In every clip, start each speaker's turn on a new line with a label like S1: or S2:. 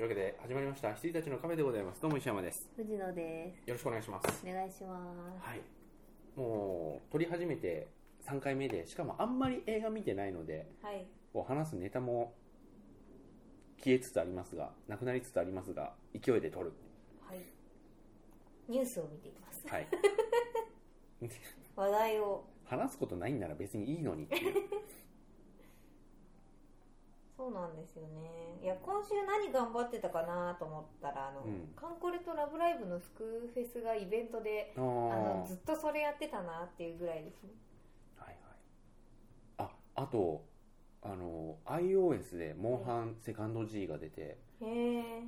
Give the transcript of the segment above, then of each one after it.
S1: わけで始まりました羊たちのカフェでございますどうも石山です
S2: 藤野で
S1: よろしくお願いします
S2: す。お願いします。
S1: はいもう撮り始めて3回目でしかもあんまり映画見てないので
S2: はい。
S1: こう話すネタも消えつつありますがなくなりつつありますが勢いで撮る
S2: はい。ニュースを見ています。
S1: はい
S2: 話題を。
S1: 話すことないんなら別にいいのにっていう
S2: そうなんですよね。いや、今週何頑張ってたかなと思ったら、あの、
S1: うん
S2: カンコレとラブライブのスクフェスがイベントで、
S1: あー
S2: あの、ずっとそれやってたなっていうぐらいですね。
S1: はいはい、ああとあの iOS で「モンハンセカンド G」が出て、
S2: へえ。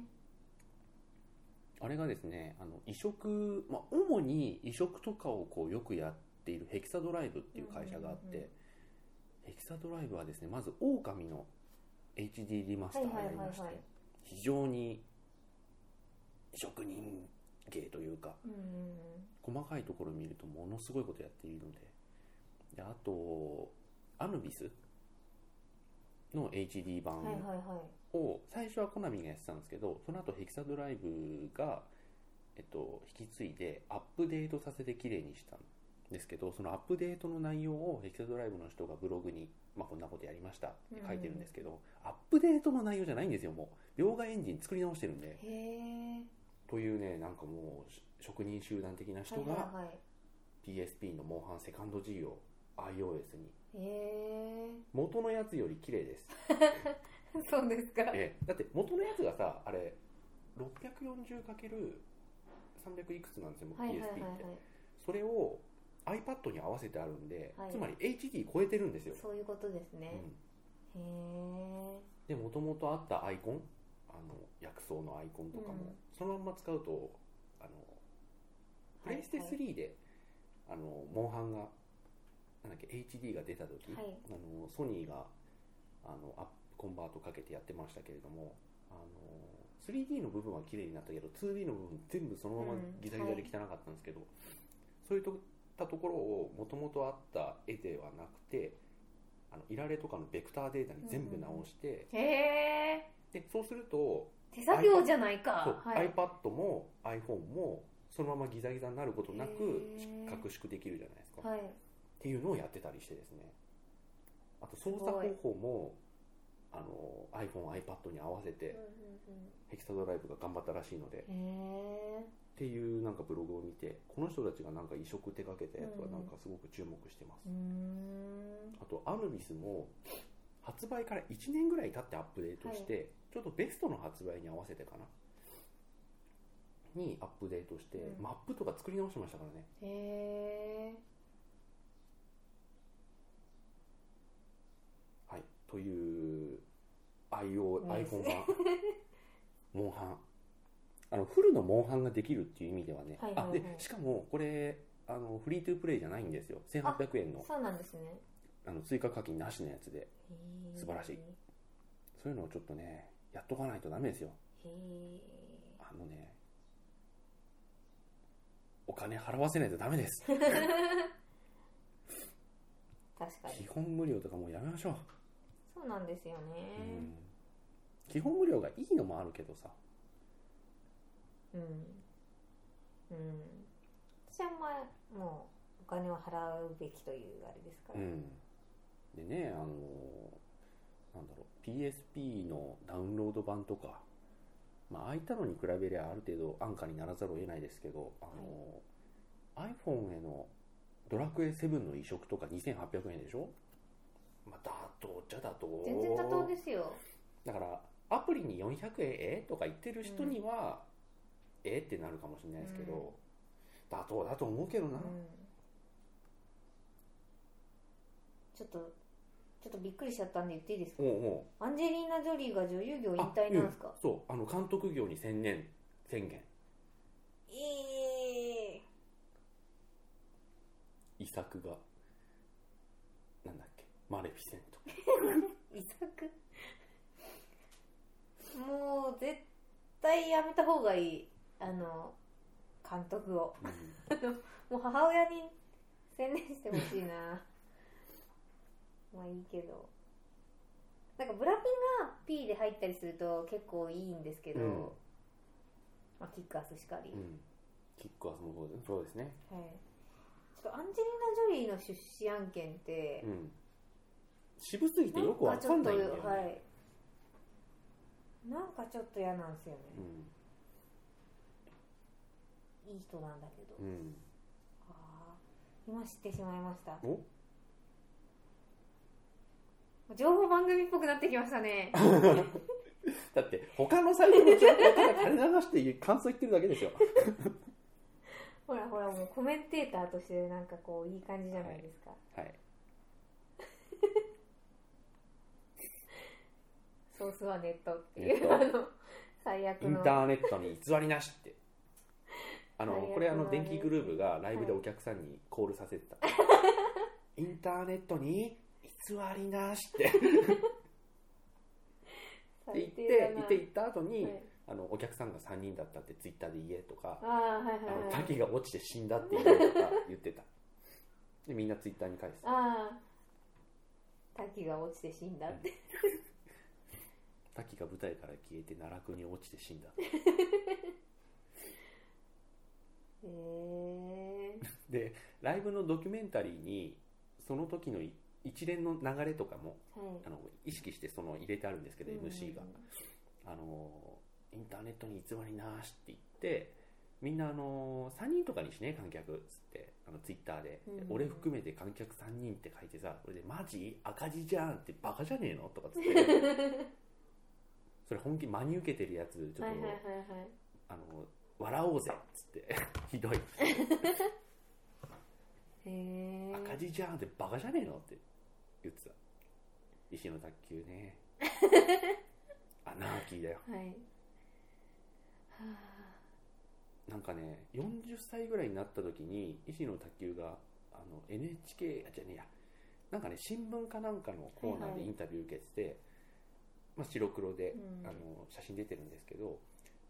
S1: あれがですねあの移植、まあ、主に移植とかをこうよくやっているヘキサドライブっていう会社があって、
S2: うんうんうん
S1: ヘキサドライブはですねまず「オオカミ」の HD リマスターをやりまして、
S2: はいはいはいはい
S1: 非常に職人芸というか
S2: うんうん
S1: 細かいところを見るとものすごいことやっているのでであとアヌビスの HD
S2: うん。はい
S1: 版
S2: はいはい。
S1: を最初はコナミがやってたんですけどその後ヘキサドライブが、えっと、引き継いでアップデートさせて綺麗にしたんですけどそのアップデートの内容をヘキサドライブの人がブログに、まあ、こんなことやりましたって書いてるんですけど、アップデートの内容じゃないんですよもう描画エンジン作り直してるんで
S2: へえ。
S1: というねなんかもうし職人集団的な人が、
S2: はいはいはい。
S1: PSP のモンハンセカンド G を iOS に
S2: へ
S1: 元のやつより綺麗です、
S2: え。 そうですか。
S1: ええだって元のやつがさあれ 640×300 いくつなんですよ、
S2: はいはい
S1: PSP っ
S2: は
S1: て、
S2: いはい。
S1: それを iPad に合わせてあるんで、
S2: はい
S1: つまり HD 超えてるんですよ、
S2: そういうことです
S1: う
S2: ね。
S1: ん、
S2: へえ。
S1: でもともとあったアイコンあの薬草のアイコンとかも、
S2: うん
S1: そのまんま使うとあのプレイステ
S2: はいはい
S1: 3で、あのモンハンがなんだっけ HD が出た時、
S2: はい
S1: あのソニーがあのアップコンバートかけてやってましたけれどもあの 3D の部分は綺麗になったけど 2D の部分全部そのまま
S2: うん
S1: ギザギザで汚かったんですけど、そういったところをもともとあった絵ではなくてあのいられとかのベクターデータに全部直して、
S2: へえ。
S1: でそうすると
S2: 手作業じゃない
S1: そ
S2: か
S1: う、
S2: はい、
S1: iPad も iPhone もそのままギザギザになることな
S2: へ
S1: く
S2: ー
S1: 隠縮できるじゃないですか、
S2: は
S1: っ
S2: い、
S1: ていうのをやってたりしてですねあと操作
S2: す
S1: 方
S2: ごい
S1: 法もあの iPhoneiPad に合わせてヘキサドライブが頑張ったらしいので、っ
S2: へえ
S1: ていうなんかブログを見てこの人たちがなんか移植手掛けたやつはなんかすごく注目してます、
S2: うーん
S1: あとアヌビスも発売から1年ぐらい経ってアップデートして、ちょっとベストの発売に合わせてかなにアップデートして、
S2: うん
S1: マップとか作り直してましたからね
S2: へえ
S1: はいという IO
S2: ナイス
S1: iPhone 版モンハンあのフルのモンハンができるっていう意味ではね、
S2: はいはいはい
S1: あでしかもこれあのフリートゥープレイじゃないんですよ1800円の
S2: そうなんですね
S1: あの追加課金なしのやつで
S2: へー
S1: 素晴らしい
S2: へ
S1: そういうのをちょっとねやっとかないとダメですよ
S2: え
S1: あのね、お金払わせないとダメです。
S2: 確かに
S1: 基本無料とかもうやめましょう。
S2: そうなんですよ
S1: う
S2: ね
S1: ん基本無料がいいのもあるけどさ、
S2: うんうん、私はあんまもうお金を払うべきというあれですから、
S1: うんでね、あのなんだろう、PSP のダウンロード版とか、まあ、空いたのに比べりゃある程度安価にならざるを得ないですけど、あの iPhone へのドラクエ7の移植とか2800円でしょまあ、妥当っちゃ妥当。
S2: 全然妥当ですよ
S1: だからアプリに400円えとか言ってる人には、えってなるかもしれないですけど、妥当だと思うけど
S2: う
S1: な、
S2: んちょっとちょっとびっくりしちゃったんで言っていいですか
S1: もうも
S2: アンジェリーナ・ジョリーが女優業
S1: う
S2: 引退なんですか
S1: あうんそうあの監督業に専念宣言
S2: ええ
S1: 遺作がなんだっけマレフィセント
S2: 遺作もう絶対やめた方がいいあの監督を
S1: うん
S2: もう母親に専念してほしいなまあいいけどなんかブラピンが P で入ったりすると結構いいんですけど、
S1: うん
S2: まあ、キックアスしかり、
S1: うん、キックアスもそうですそうですね、
S2: はい、ちょっとアンジェリーナ・ジョリーの出資案件って
S1: う、ん、渋すぎてよく
S2: な
S1: わ
S2: んかち
S1: か
S2: ょ
S1: ん
S2: っと
S1: ないんだよね、
S2: はいなんかちょっと嫌なんですよね、いい人なんだけど、
S1: うん、うん、
S2: ああ今知ってしまいました
S1: お
S2: 情報番組っぽくなってきましたね
S1: だって他のサイトの情報から垂れ流して感想言ってるだけ ですよ
S2: ほらほらもうコメンテーターとしてなんかこういい感じじゃないですか、
S1: はい
S2: ソースはネットって
S1: ネ
S2: い
S1: ッ
S2: う
S1: ト
S2: あの最悪
S1: イ
S2: の
S1: ンターネットに偽りなし ってあの
S2: 最悪だね
S1: これあの電気グルーヴがライブでお客さんにコールさせて た、インターネットに偽りなしって言っ
S2: 最
S1: て
S2: 低だな
S1: 言って言った後に、
S2: はい
S1: あのお客さんが3人だったってツイッターで言えとか
S2: ああはい
S1: あの
S2: はいはい
S1: 滝が落ちて死んだって言えとか言ってたでみんなツイッターに返す
S2: ああ滝が落ちて死んだって
S1: 滝が舞台から消えて奈落に落ちて死んだ
S2: へえ
S1: でライブのドキュメンタリーにその時のい一連の流れとかも
S2: はい
S1: あの意識してその入れてあるんですけど、MC が
S2: うん
S1: あのインターネットに偽りなしって言ってみんなあの3人とかにしね観客っつってあのツイッターで、
S2: うん
S1: 俺含めて観客3人って書いてさそれでマジ赤字じゃんってバカじゃねえのとかっつって それ本気真に受けてるやつちょっと、
S2: はいはいはいはい
S1: あの笑おうぜっつって ひどい
S2: へえ
S1: 赤字じゃんってバカじゃねえのって言ってた石の卓球 ねアナーキーだよ
S2: はいはあ
S1: なんかね40歳ぐらいになった時に石野卓球があの NHK あじゃねえやなんかね新聞かなんかのコーナー
S2: はい
S1: で
S2: は
S1: イ
S2: い
S1: ンタビュー受けてて、まあ、白黒で、
S2: うん
S1: あの写真出てるんですけど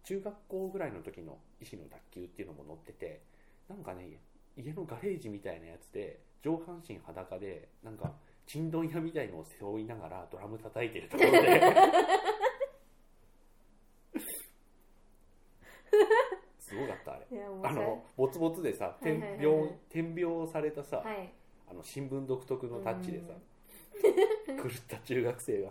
S1: 中学校ぐらいの時の石野卓球っていうのも載っててなんかね家のガレージみたいなやつで上半身裸でなんかちんどん屋みたいのを背負いながらドラム叩いてるところ ですごかったあれ
S2: いや面
S1: あ
S2: 白い
S1: のボツボツでさ
S2: はいは
S1: 点
S2: いはいはい
S1: 描点描されたさ、
S2: はい
S1: あの新聞独特のタッチでさ、狂った中学生が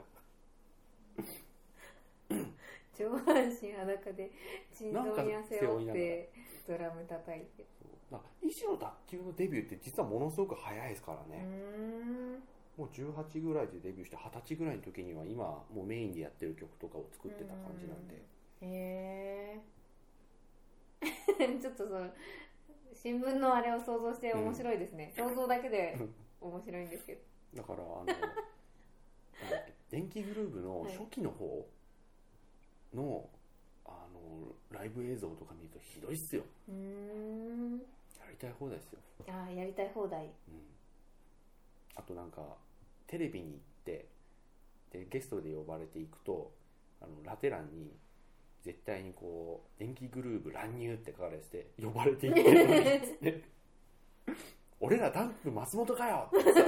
S2: 上半身裸で心臓に
S1: な
S2: 汗を負
S1: んか背負いな
S2: っ
S1: が
S2: てドラム叩いて
S1: まあ石野卓球のデビューって実はものすごく早いですから
S2: うー
S1: ね、
S2: ん
S1: もう18ぐらいでデビューして20歳ぐらいの時には今もうメインでやってる曲とかを作ってた感じなんで、
S2: へえ ちょっとその新聞のあれを想像して面白いですね、想像だけで面白いんですけど
S1: だからあ のなんだっけ電気グルーヴの初期の方の,、あのライブ映像とか見るとひどいっすよ
S2: うーん
S1: やりたい放題ですよ
S2: ああやりたい放題
S1: うん、あとなんかテレビに行ってでゲストで呼ばれていくとあのラテ欄に絶対にこう「電気グルーヴ乱入」って書かれてて呼ばれていってるの に俺らダンプ松本かよ!」ってさ、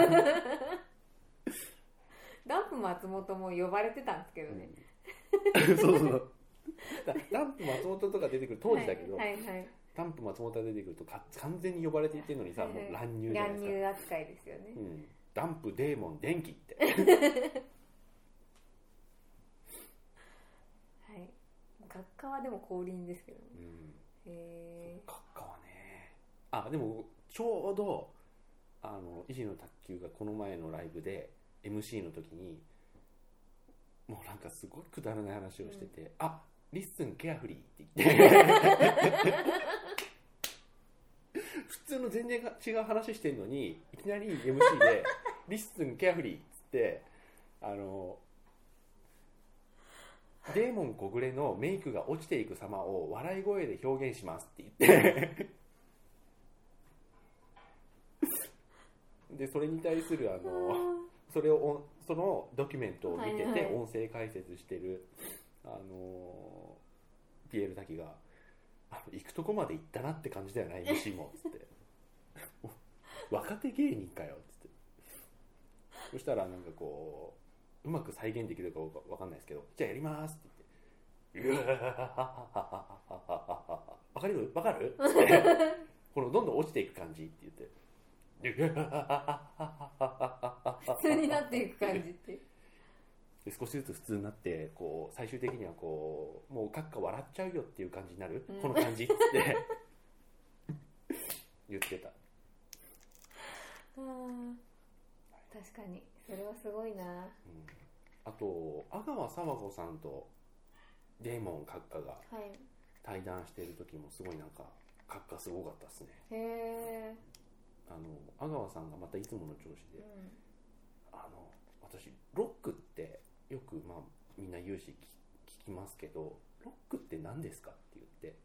S2: ダンプ松本も呼ばれてたんですけどね、
S1: うん そうそうだダンプ松本とか出てくる当時だけど、
S2: はいはいはい
S1: ダンプ松本が出てくるとか完全に呼ばれていってるのにさ、
S2: はいはい
S1: もう乱入じゃない
S2: 乱
S1: ですか、
S2: 入扱いですよね、
S1: うん、ダンプデーモン電気って
S2: はい学科はでも降臨ですけどね
S1: うん
S2: へえ
S1: 閣下はねあでもちょうどあの石野卓球がこの前のライブで MC の時にもうなんかすごいくだらない話をしてて「あリッスンケアフリー」って言って普通の全然違う話してんのにいきなり MC で「リッスンケアフリー」っつってあのデーモン小暮のメイクが落ちていく様を笑い声で表現しますって言 ってでそれに対するあのそれをおそのドキュメントを見て
S2: はい
S1: て
S2: はい
S1: 音声解説してるあのピエール滝があ「行くとこまで行ったなって感じだよな MC も」つ って「若手芸人かよ」つってそしたらなんかこううまく再現できるかどうかわかんないですけどじゃあやりますって言って「うわわかるわかる?」このどんどん落ちていく感じって言って 「うわ
S2: 普通になっていく感じっていう
S1: で少しずつ普通になってこう最終的にはこうもうカッカ笑っちゃうよっていう感じになる、
S2: うん
S1: この感じって 言ってた
S2: あー確かにそれはすごいな
S1: うんあと阿川佐和子さんとデーモン閣下が
S2: はい
S1: 対談してる時もすごいなんか閣下すごかったですね
S2: へえ、
S1: あの阿川さんがまたいつもの調子
S2: う
S1: で
S2: ん、
S1: 「あの私ロックってよく、まあ、みんな言うし聞聞きますけどロックって何ですか?」って言って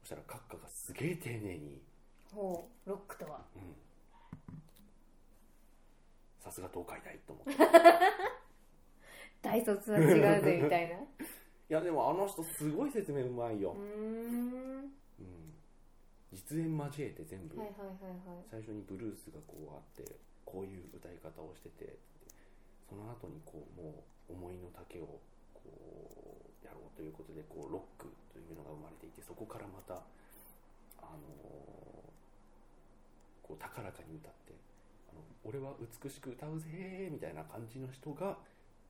S1: そしたら閣下がすげえ丁寧に
S2: ほうロックとは
S1: 「うんさすが東海大」と思ってい
S2: 大卒は違うぜみた いな
S1: やでもあの人すごい説明うまいよ、
S2: うーん
S1: うん、実演交えて全部、
S2: はいはいはいはい
S1: 最初にブルースがこうあってこういう歌い方をしててその後にこうもう思いの丈をこうやろうということでこうロックというのが生まれていてそこからまたあのこう高らかに歌って「あの俺は美しく歌うぜ」みたいな感じの人が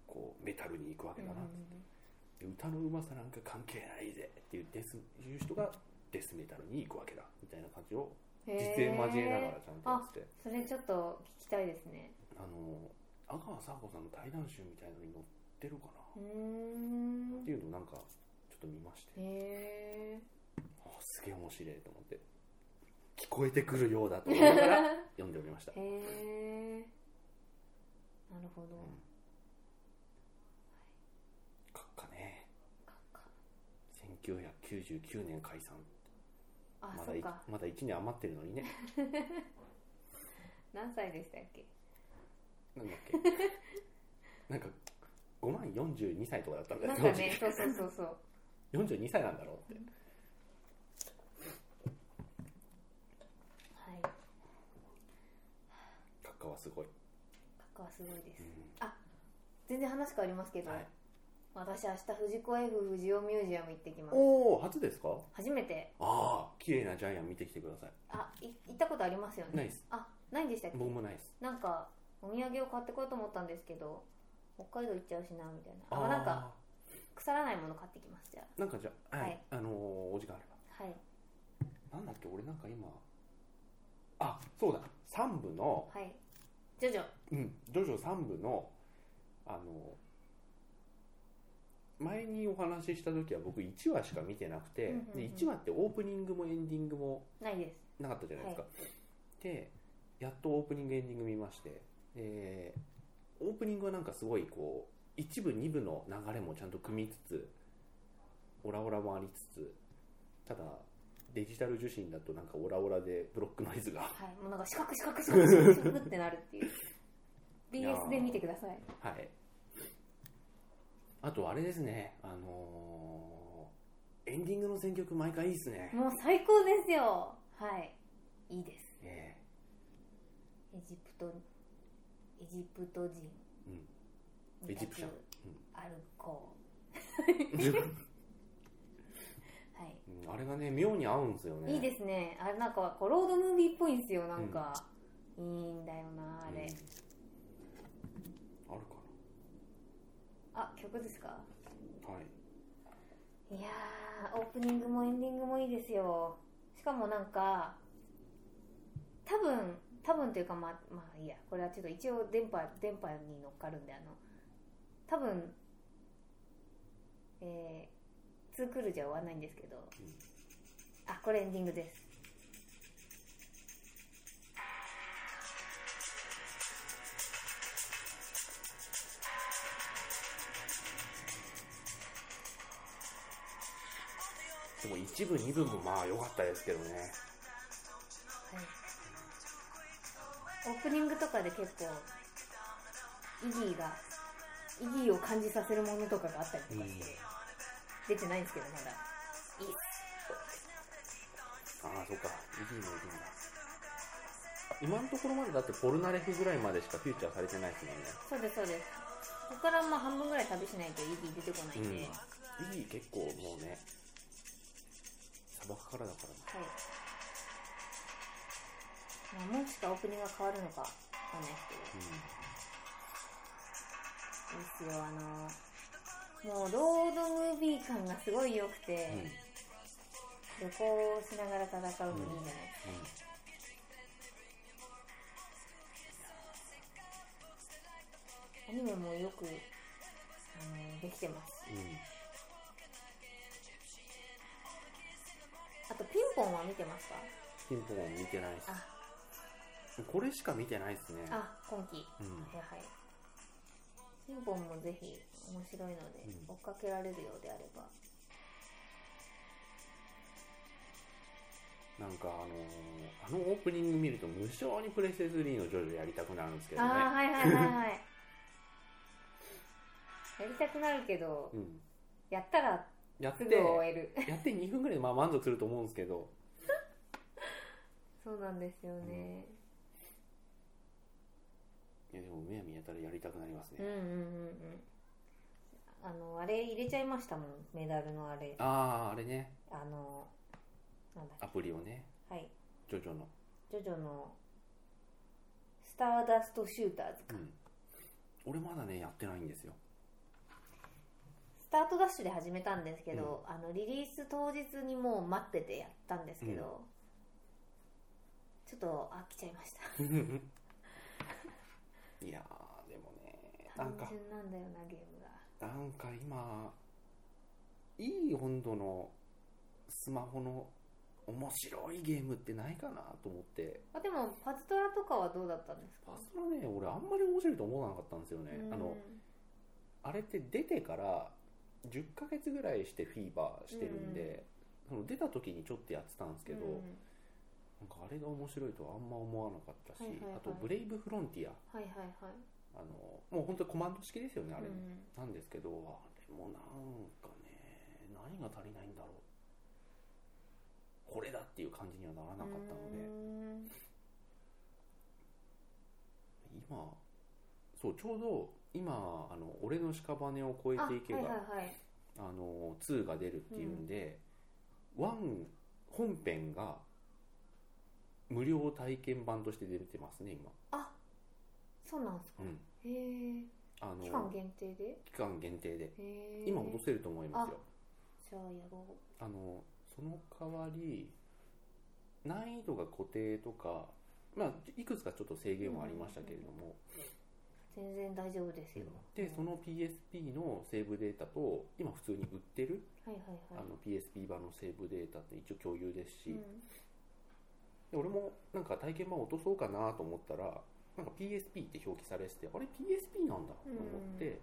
S1: こうメタルに行くわけだな、で歌のうまさなんか関係ないぜっていうデスいう人がデスメタルに行くわけだみたいな感じを
S2: 実
S1: 実演交えながらちゃんとやってて、
S2: それちょっと聞きたいですね
S1: あの阿川佐和子さんの対談集みたいのに載ってるか
S2: うー
S1: な、
S2: ん
S1: っていうのをなんかちょっと見まして、
S2: へえ
S1: あすげえ面白いと思って聞こえてくるようだと思いながら読んでおりました、
S2: へえなるほど、
S1: うんかっかね
S2: かか
S1: 1999年解散
S2: あ
S1: ま
S2: そ
S1: だ
S2: っ
S1: い
S2: か
S1: まだ1年余ってるのにね
S2: 何歳でしたっけ
S1: なんだっけなんか5万42歳とかだったんだよ
S2: なんかねそうそうそうそう
S1: 当時42歳なんだろうって
S2: はい
S1: 閣下はすごい、
S2: カッカはすごいです
S1: う
S2: 全然話変わりますけ
S1: ん
S2: ど、
S1: はい、
S2: 私明日藤子 F 不二雄ミュージアム行ってきます
S1: おお初ですか
S2: 初めて
S1: ああ綺麗なジャイアン見てきてください
S2: あい行ったことありますよね
S1: ないです
S2: あないんでしたっけ
S1: 僕もないです
S2: なんかお土産を買ってこようと思ったんですけど北海道行っちゃうしなみたいなあ
S1: ー
S2: なんか腐らないもの買ってきますじゃ
S1: なんかじゃあ、はい
S2: はい
S1: あのーお時間あれ
S2: あはい
S1: ばなんだっけ俺なんか今あそうだ3部の
S2: はいジョジョ
S1: うんジョジョ3部のあのー前にお話しした時は僕1話しか見てなくて、
S2: うんうんうん
S1: で1話ってオープニングもエンディングも
S2: ないです
S1: なかったじゃないですか、でやっとオープニングエンディング見ましてでオープニングはなんかすごいこう1部2部の流れもちゃんと組みつつオラオラもありつつただデジタル受信だとなんかオラオラでブロックノイズが
S2: はいもうなんか四角四角四角四角四角ってなるっていう
S1: いやー
S2: BS で見てください
S1: はいあとあれですねあのーエンディングの選曲毎回いいですね、
S2: もう最高ですよはいいいです
S1: え
S2: エジプトエジプト人
S1: うんエジプシャン
S2: アルコ
S1: え
S2: ーはい
S1: うんあれがね妙に合うんですよね
S2: いいですねあれなんかこうロードムービーっぽいんですよなんか、いいんだよなあれ、
S1: うんあるか
S2: あ曲ですか
S1: なはい
S2: いやーオープニングもエンディングもいいですよしかもなんか多分多分というかまあまあいいやこれはちょっと一応電波電波に乗っかるんであの多分えー、2クールじゃ終わんないんですけど、あこれエンディングです
S1: でも一部二部もまあ良かったですけどね
S2: はい、オープニングとかで結構イギーがイギーを感じさせるものとかがあったりとかして、
S1: うん
S2: 出てないんですけどまだいいっ
S1: ああそっかイギーもいるんだ今のところまでだってポルナレフぐらいまでしかフューチャーされてないですもんね
S2: すそうですそうですここからまあ半分ぐらい旅しないとイギー出てこないんで、
S1: うん
S2: は
S1: イ
S2: い
S1: ギー結構もうね砂漠からだからね
S2: まあ、もしかオープニングが変わるのかわかんないですけどいいっすよあのもうロードムービー感がすごい良くて、
S1: うん、うんうん
S2: 旅行をしながら戦うのいいじゃないですか、アニメもよくあのできてます
S1: うん
S2: あとピンポンは見てますか
S1: ピンポン見てないっ
S2: あ
S1: すこれしか見てないっすね
S2: あ今期
S1: うん
S2: はいはいピンポンもぜひ面白いので、
S1: うん
S2: 追っかけられるようであれば
S1: なんかあのーあのオープニング見ると無性にプレセスリーのジョジョやりたくなるんですけどね
S2: ああはいはいはいはい やりたくなるけど
S1: うん
S2: やったら
S1: やって
S2: すぐ終える
S1: やって2分ぐらいでまあ満足すると思うんですけど
S2: そうなんですよね、
S1: いやでも目見えたらやりたくなります
S2: うん、
S1: ね、
S2: うんうんうんあのあれ入れちゃいましたもんメダルのあれあ
S1: あああれね
S2: のなんだっ
S1: アプリをね
S2: けはい
S1: ジョジョの
S2: ジョジョのスターダストシューターズ
S1: う
S2: か、
S1: ん俺まだねやってないん ですよ
S2: スタートダッシュで始めたんですけど、あのリリース当日にもう待っててやったんですけど、ちょっと飽きちゃいました
S1: いやーでもねなん
S2: 単
S1: か
S2: 純なんだよなゲームが
S1: なんか今いい温度のスマホの面白いゲームってないかなと思って
S2: あでもパズドラとかはどうだったんですか
S1: パズドラね俺あんまり面白いと思わなかったんですよね
S2: うん
S1: あのあれって出てから10ヶ月ぐらいしてフィーバーしてるんで、その出た時にちょっとやってたんですけど、
S2: うん
S1: なんかあれが面白いとはあんま思わなかったし、
S2: はいはいはい
S1: あと「ブレイブフロンティア
S2: はいはいはい」
S1: あのもう本当にコマンド式ですよねあれ、
S2: うん
S1: なんですけどあれもなんかね何が足りないんだろうこれだっていう感じにはならなかったので、
S2: うん
S1: 今そうちょうど今あの「俺の屍を越えていけば」
S2: あはいはいはい
S1: あの2が出るっていうんで、ワン本編が無料体験版として出てますね今、
S2: あそうなんですか、
S1: うん、
S2: へえ
S1: あの
S2: 期間限定で
S1: 期間限定で
S2: へえ
S1: 今落とせると思いますよ
S2: じゃあやろ
S1: あのその代わり難易度が固定とか、まあ、いくつかちょっと制限はありましたけれども、
S2: う全然大丈夫ですよ、
S1: でその PSP のセーブデータと今普通に売ってる、
S2: はいはいはい
S1: あの PSP 版のセーブデータって一応共有ですし、
S2: うん
S1: で俺もなんか体験版落とそうかなと思ったらなんか PSP って表記されててあれ PSP なんだと思って、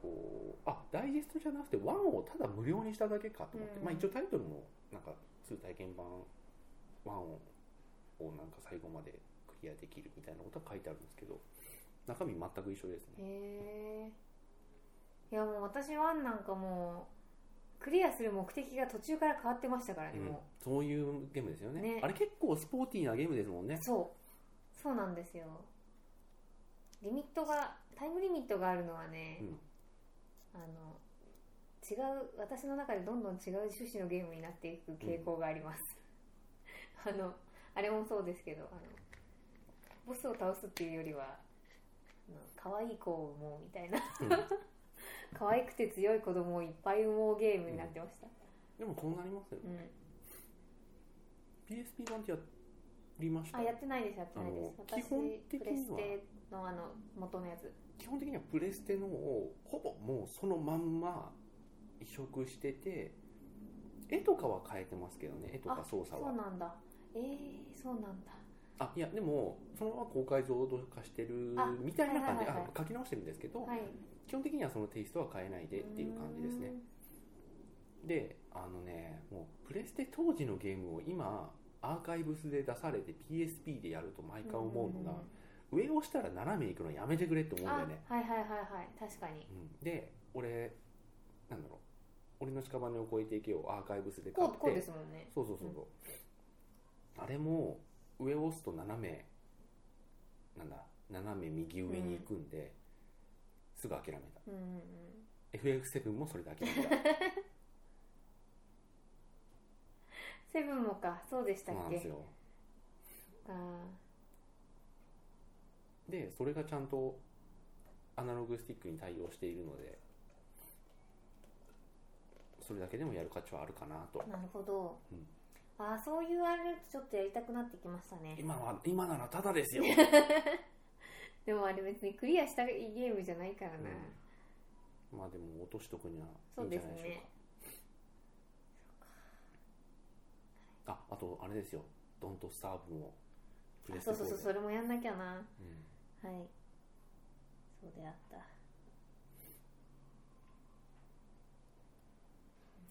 S1: こうあダイジェストじゃなくて1をただ無料にしただけかと思って、
S2: うん
S1: まあ一応タイトルもなんか2体験版1ををなんか最後までクリアできるみたいなことは書いてあるんですけど中身全く一緒ですね
S2: へえいやもう私ワンなんかもうクリアする目的が途中から変わってましたからね、
S1: うん
S2: も、
S1: そういうゲームですよね
S2: ね
S1: あれ結構スポーティーなゲームですもんね
S2: うそうそうなんですよリミットがタイムリミットがあるのはね、
S1: うん
S2: あの違う私の中でどんどん違う趣旨のゲームになっていく傾向があります、 あのあれもそうですけどあのボスを倒すっていうよりはあの可愛い子を産もうみたいな
S1: うん
S2: 可愛くて強い子供をいっぱい産もうゲームになってました、
S1: でもこうなりますよ、
S2: うん
S1: PSP 版ってやりました
S2: あやってないですやってないです
S1: あの
S2: 私
S1: 基本的
S2: プレ
S1: に
S2: ス
S1: は
S2: テのあの元のやつ
S1: 基本的にはプレステのをほぼもうそのまんま移植してて絵とかは変えてますけどね絵とか操
S2: そ
S1: 作は
S2: うなんだえー、そうなんだ
S1: あいやでもそのまま高解像度化してる
S2: あ
S1: みたいな感じで、
S2: はいはいはいはい
S1: あ書き直してるんですけど、
S2: はい
S1: 基本的にはそのテイストは変えないでっていう感じですねであのねもうプレステ当時のゲームを今アーカイブスで出されて PSP でやると毎回思うのが、上を押したら斜め行くのやめてくれって思うんだ
S2: あはい
S1: よね
S2: はいはいはい確かに
S1: うんで俺なんだろう俺の屍を越えていけをアーカイブスで買っ
S2: こ
S1: て
S2: うこうですもんね
S1: そうそうそうそう、あれも上を押すと斜めなんだ斜め右上に行くんで、すぐ諦めた
S2: うんうんうん
S1: FF7 もそれで諦 めた
S2: セブンもかそうでした
S1: そう
S2: っ
S1: なんです
S2: け
S1: よ
S2: ああ
S1: でそれがちゃんとアナログスティックに対応しているのでそれだけでもやる価値はあるかなと
S2: なるほど、
S1: うん
S2: ああそういうあれだとちょっとやりたくなってきましたね
S1: 今は今ならタダですよ、
S2: でもあれ別にクリアしたいゲームじゃないからな、
S1: うんまあでも落としとくにはいいんじゃないでしょうかああとあれですよ「ドントスターブもプ
S2: あ
S1: レス
S2: そ
S1: テ
S2: うそうそう
S1: 4
S2: それもやんなきゃな
S1: でうん
S2: はいそうであった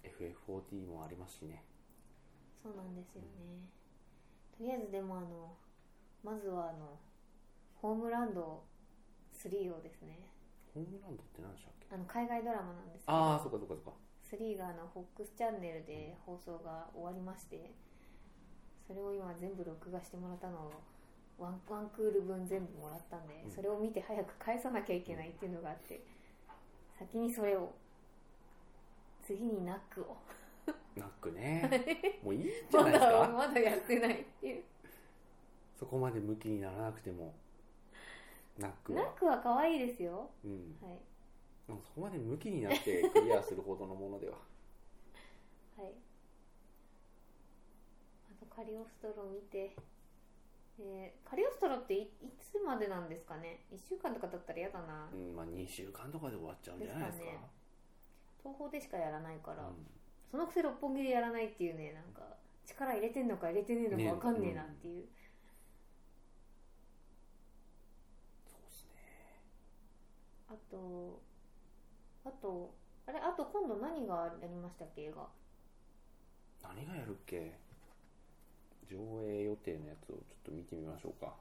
S1: FF14 もありますしね
S2: そうなんですよね、とりあえずでもあのまずはあのホームランド3をですね
S1: ホームランドって何でしたっけ
S2: あの海外ドラマなんですけど
S1: ああそっかそっかそっか
S2: 3があの FOX チャンネルで放送が終わりましてそれを今全部録画してもらったのをワンワンクール分全部もらったんで、
S1: うん
S2: それを見て早く返さなきゃいけないっていうのがあって先にそれを次にナックを
S1: ナックねもういいんじゃ
S2: ま
S1: ないです
S2: だ
S1: か
S2: まだやってないっていう
S1: そこまで向きにならなくてもナック
S2: ナッ
S1: は、
S2: クは可愛いですよ
S1: うん、
S2: はい
S1: でもそこまで向きになってクリアするほどのものでは
S2: はいあとカリオストロ見て、えーカリオストロっていいつまでなんですかね1週間とかだったら嫌だな
S1: うんまあ2週間とかで終わっちゃうんじゃないですか
S2: ですかね東宝でしかやらないか
S1: う
S2: ら、
S1: ん
S2: そのくせ六本木でやらないっていうねなんか力入れてんのか入れてねえの
S1: ね
S2: かわかんねえなっていう、
S1: そうですね
S2: あとあとあれあと今度何がやりましたっけ映画
S1: 何がやるっけ上映予定のやつをちょっと見てみましょうか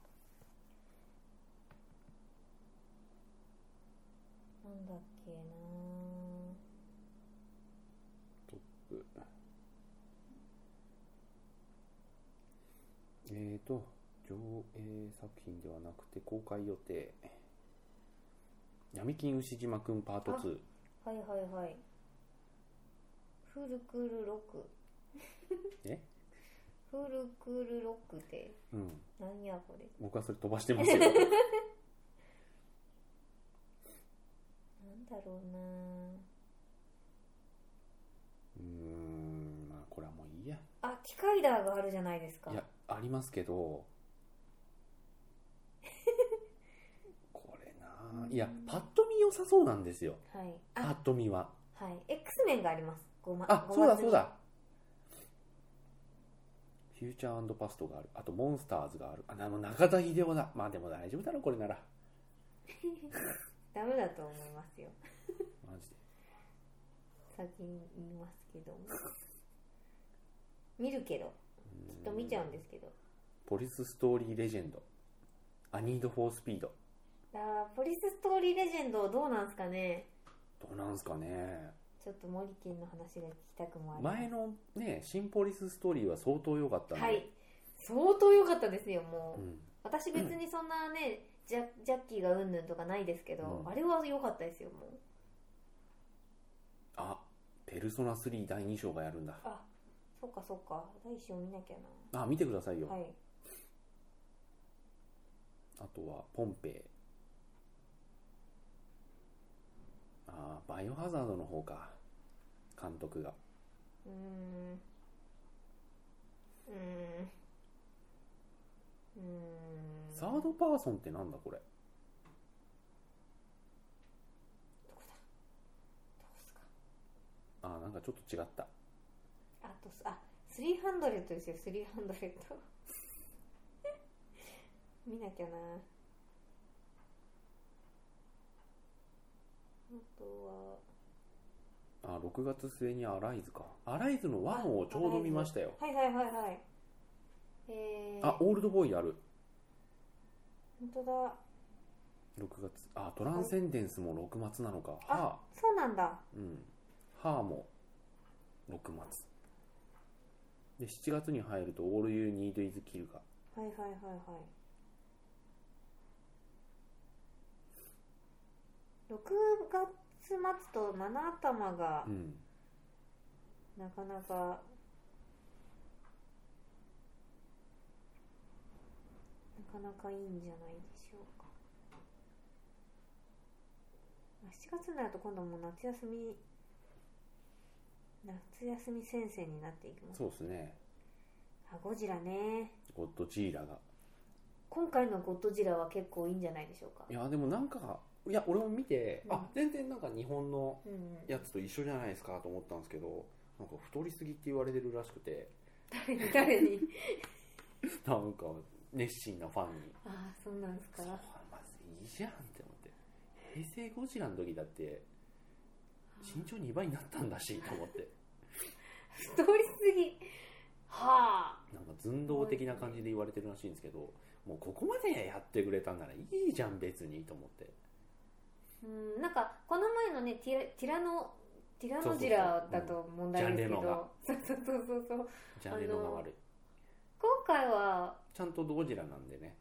S2: なんだっけな
S1: トップえーと上映作品ではなくて公開予定闇金牛島くんパート2
S2: ぁはいはいはいフルクールロック
S1: え
S2: フルクールロックって
S1: うん
S2: 何やこれ
S1: 僕はそれ飛ばしてますよう
S2: なんだろうな
S1: ーんまあこれはもういいや
S2: ぁあキカイダーがあるじゃないですか
S1: いやありますけどこれなあいやパッと見良さそうなんですよ
S2: はい
S1: パ
S2: あ
S1: ッと見は
S2: はい X メンがありますごま
S1: あ
S2: ご
S1: そう
S2: ま
S1: だ
S2: つ
S1: そうだフューチャーパストがあるあとモンスターズがあるあでも中田秀夫だまあでも大丈夫だろこれなら
S2: ダメだと思いますよ
S1: マジで
S2: 先に言いますけども見るけど
S1: う
S2: き
S1: ーん
S2: っと見ちゃうんですけど
S1: ポリスストーリーレジェンドアニードフォースピード
S2: あーポリスストーリーレジェンドどうなんすかね
S1: どうなんすかね
S2: ちょっと森健の話が聞きたくもあります
S1: 前のね新ポリスストーリーは相当良かったんで、
S2: はい相当良かったですよ
S1: う
S2: もう、
S1: ん、
S2: 私別にそんなね、ジャジャッキーがうんぬんとかないですけど、
S1: うん
S2: あれは良かったですよもう
S1: あペルソナ3第2章がやるんだ
S2: あそうかそうか第一章見なきゃ
S1: あ見てくださいよ、
S2: なはい
S1: あとはポンペイああバイオハザードの方か監督が
S2: うーんうーんうーん
S1: サードパーソンってなんだこれ
S2: どこだどこっすか
S1: ああなんかちょっと違った
S2: あとすあ300ですよ300 見なきゃなあとは
S1: ああ6月末にアライズかアライズの1をちょうど見ましたよ
S2: はいはいはいはいえー、
S1: あオールドボーイやる
S2: 本当だ
S1: 6月あトランセンデンスも6月なのかはあ
S2: そうなんだ
S1: うんはあも6月で7月に入ると「All You Need Is Kill」が
S2: はいはいはいはい6月末と七頭が
S1: うん
S2: なかなか、なかなかいいんじゃないでしょうかまあ7月になると今度もう夏休み夏休み先生になっていきます
S1: そうですね
S2: あゴジラね
S1: ゴッドジーラが
S2: 今回のゴッドジラは結構いいんじゃないでしょうか
S1: いやでもなんかいや俺も見て、
S2: うん
S1: あ全然なんか日本の
S2: うんうん
S1: やつと一緒じゃないですかと思ったんですけどなんか太りすぎって言われてるらしくて
S2: 誰に誰に
S1: なんか熱心なファンに
S2: ああそうなんです
S1: そ
S2: か
S1: うまずいいじゃんって思って平成ゴジラの時だって身長2倍になったんだしと思 って
S2: 太りすぎはあ
S1: なんか寸胴的な感じで言われてるらしいんですけどもうここまでやってくれたんならいいじゃん別にと思って
S2: うんなんかこの前のねティラティラノティラノジラだと問題ですけどそうそうそうそうそう
S1: ジャンルのが悪い
S2: 今回は
S1: ちゃんとゴジラなんでね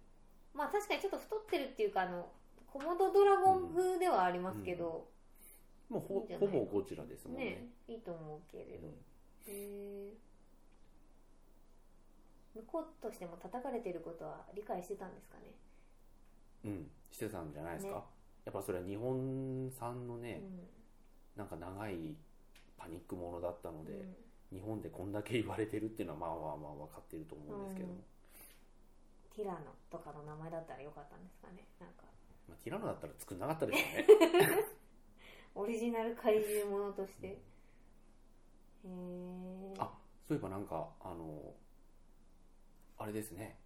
S2: まあ確かにちょっと太ってるっていうかあのコモドドラゴン風ではありますけど、
S1: もうほ
S2: いいんじゃな
S1: ほ
S2: い
S1: ぼゴジラですもんね
S2: ねいいと思うけれど、へー向こうとしても叩かれてることは理解してたんですかね
S1: うん、うんしてたんじゃないですか、
S2: ね
S1: やっぱそれは日本産のね、
S2: う
S1: なんか長いパニックものだったの
S2: ん
S1: で、
S2: うん
S1: 日本でこんだけ言われてるっていうのはまあまあまあ分かってると思うんですけども、
S2: うんティラノとかの名前だったらよかったんですかねなんか
S1: まあ、ティラノだったら作んなかったでしょう ね
S2: オリジナル怪獣ものとしてへえ
S1: あそういえばなんかあのあれですね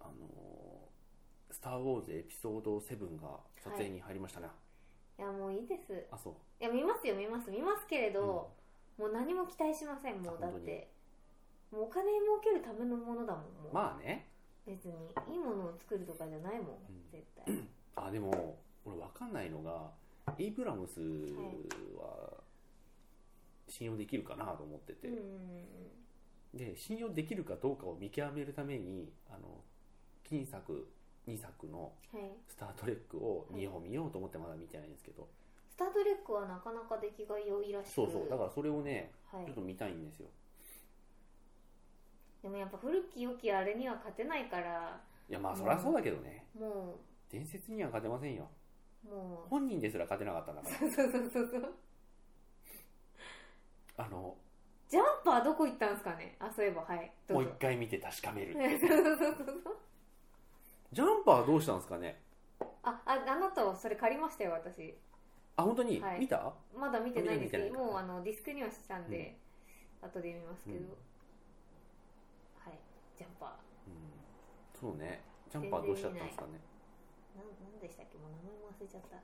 S1: あの「スター・ウォーズ」エピソード7が撮影に入りましたね、
S2: いやもういいです
S1: あそう
S2: いや見ますよ見ます見ますけれど、もう何も期待しませんもう
S1: あ
S2: だ
S1: 本当
S2: っ
S1: に
S2: てもうお金儲けるためのものだもんもう、
S1: まあね
S2: 別にいいものを作るとかじゃないもん、
S1: うん
S2: 絶対
S1: あでも俺分かんないのがエイブラムスは信用できるかなと思ってて、
S2: うん
S1: で信用できるかどうかを見極めるためにあの金作2作の
S2: はい
S1: 「スター・トレック」を見よう見ようと思ってまだ見てないんですけど、
S2: 「スター・トレック」はなかなか出来が良いらしく
S1: そうそうだからそれをね
S2: は
S1: ちょっ
S2: い
S1: と、見たいんですよ
S2: でもやっぱ古き良きあれには勝てないから
S1: いやまあそりゃそうだけどね
S2: も
S1: 伝説には勝てませんよ
S2: うも
S1: 本人ですら勝てなかったんだか
S2: うそうそうそうそう
S1: ら あの
S2: ジャンパーどこ行ったんですかねあそういえばはいど
S1: も
S2: う
S1: う
S2: ぞ
S1: 一回見て確かめる
S2: そうそうそうそう
S1: ジャンパーどうしたんですかね
S2: あああなたそれ借りましたよ私
S1: あ本当に、
S2: はい
S1: 見た
S2: まだ見てないんですけ
S1: 見て
S2: ど
S1: ないか
S2: もうあのディスクにはしたんで、後で見ますけど、
S1: うん
S2: はいジャンパ
S1: うんそうねジャンパーどうしちゃったんですかね
S2: ーなんなんでしたっけもう名前も忘れちゃった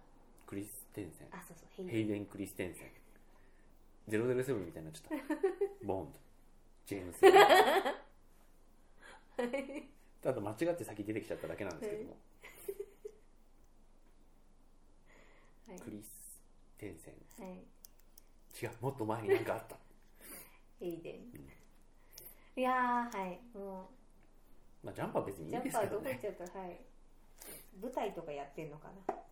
S1: クリステンセン
S2: あそうそうヘイ
S1: ヘイデン・クリステンセン007みたいになっちゃ ったボンドジェームス・ボンドただ間違って先出てきちゃっただけなんですけども、
S2: はい
S1: クリステンセン
S2: はい
S1: 違うもっと前になんかあった
S2: ヘイデ
S1: うん
S2: ンいやーはいも
S1: まあジャンパー別
S2: う
S1: にい
S2: ジ
S1: い
S2: ャ
S1: で
S2: ン
S1: す
S2: パ
S1: け
S2: ー
S1: ど
S2: どこ行っ
S1: ね
S2: ちゃったはい舞台とかやってんのかな
S1: あ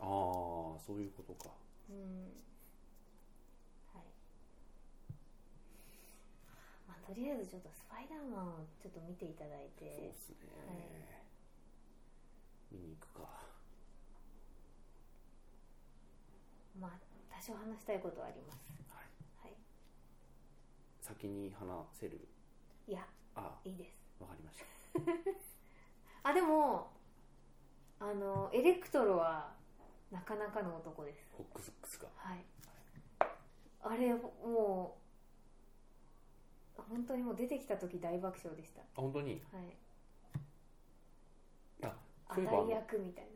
S1: あーそういうことか
S2: うんはいまあとりあえずちょっとスパイダーマンをちょっと見ていただい
S1: そう
S2: て
S1: っすね、
S2: はい
S1: 見に行くか
S2: まあ多少話したいことはあります
S1: はい
S2: はい
S1: 先に話せる
S2: いや
S1: あ
S2: いいです
S1: あわかりました
S2: あでもあのエレクトロはなかなかの男です
S1: ホックスックスが
S2: はいあれもう本当にもう出てきた時大爆笑でした
S1: あ本当に
S2: はい
S1: あそういえばあの
S2: 当たり役みたい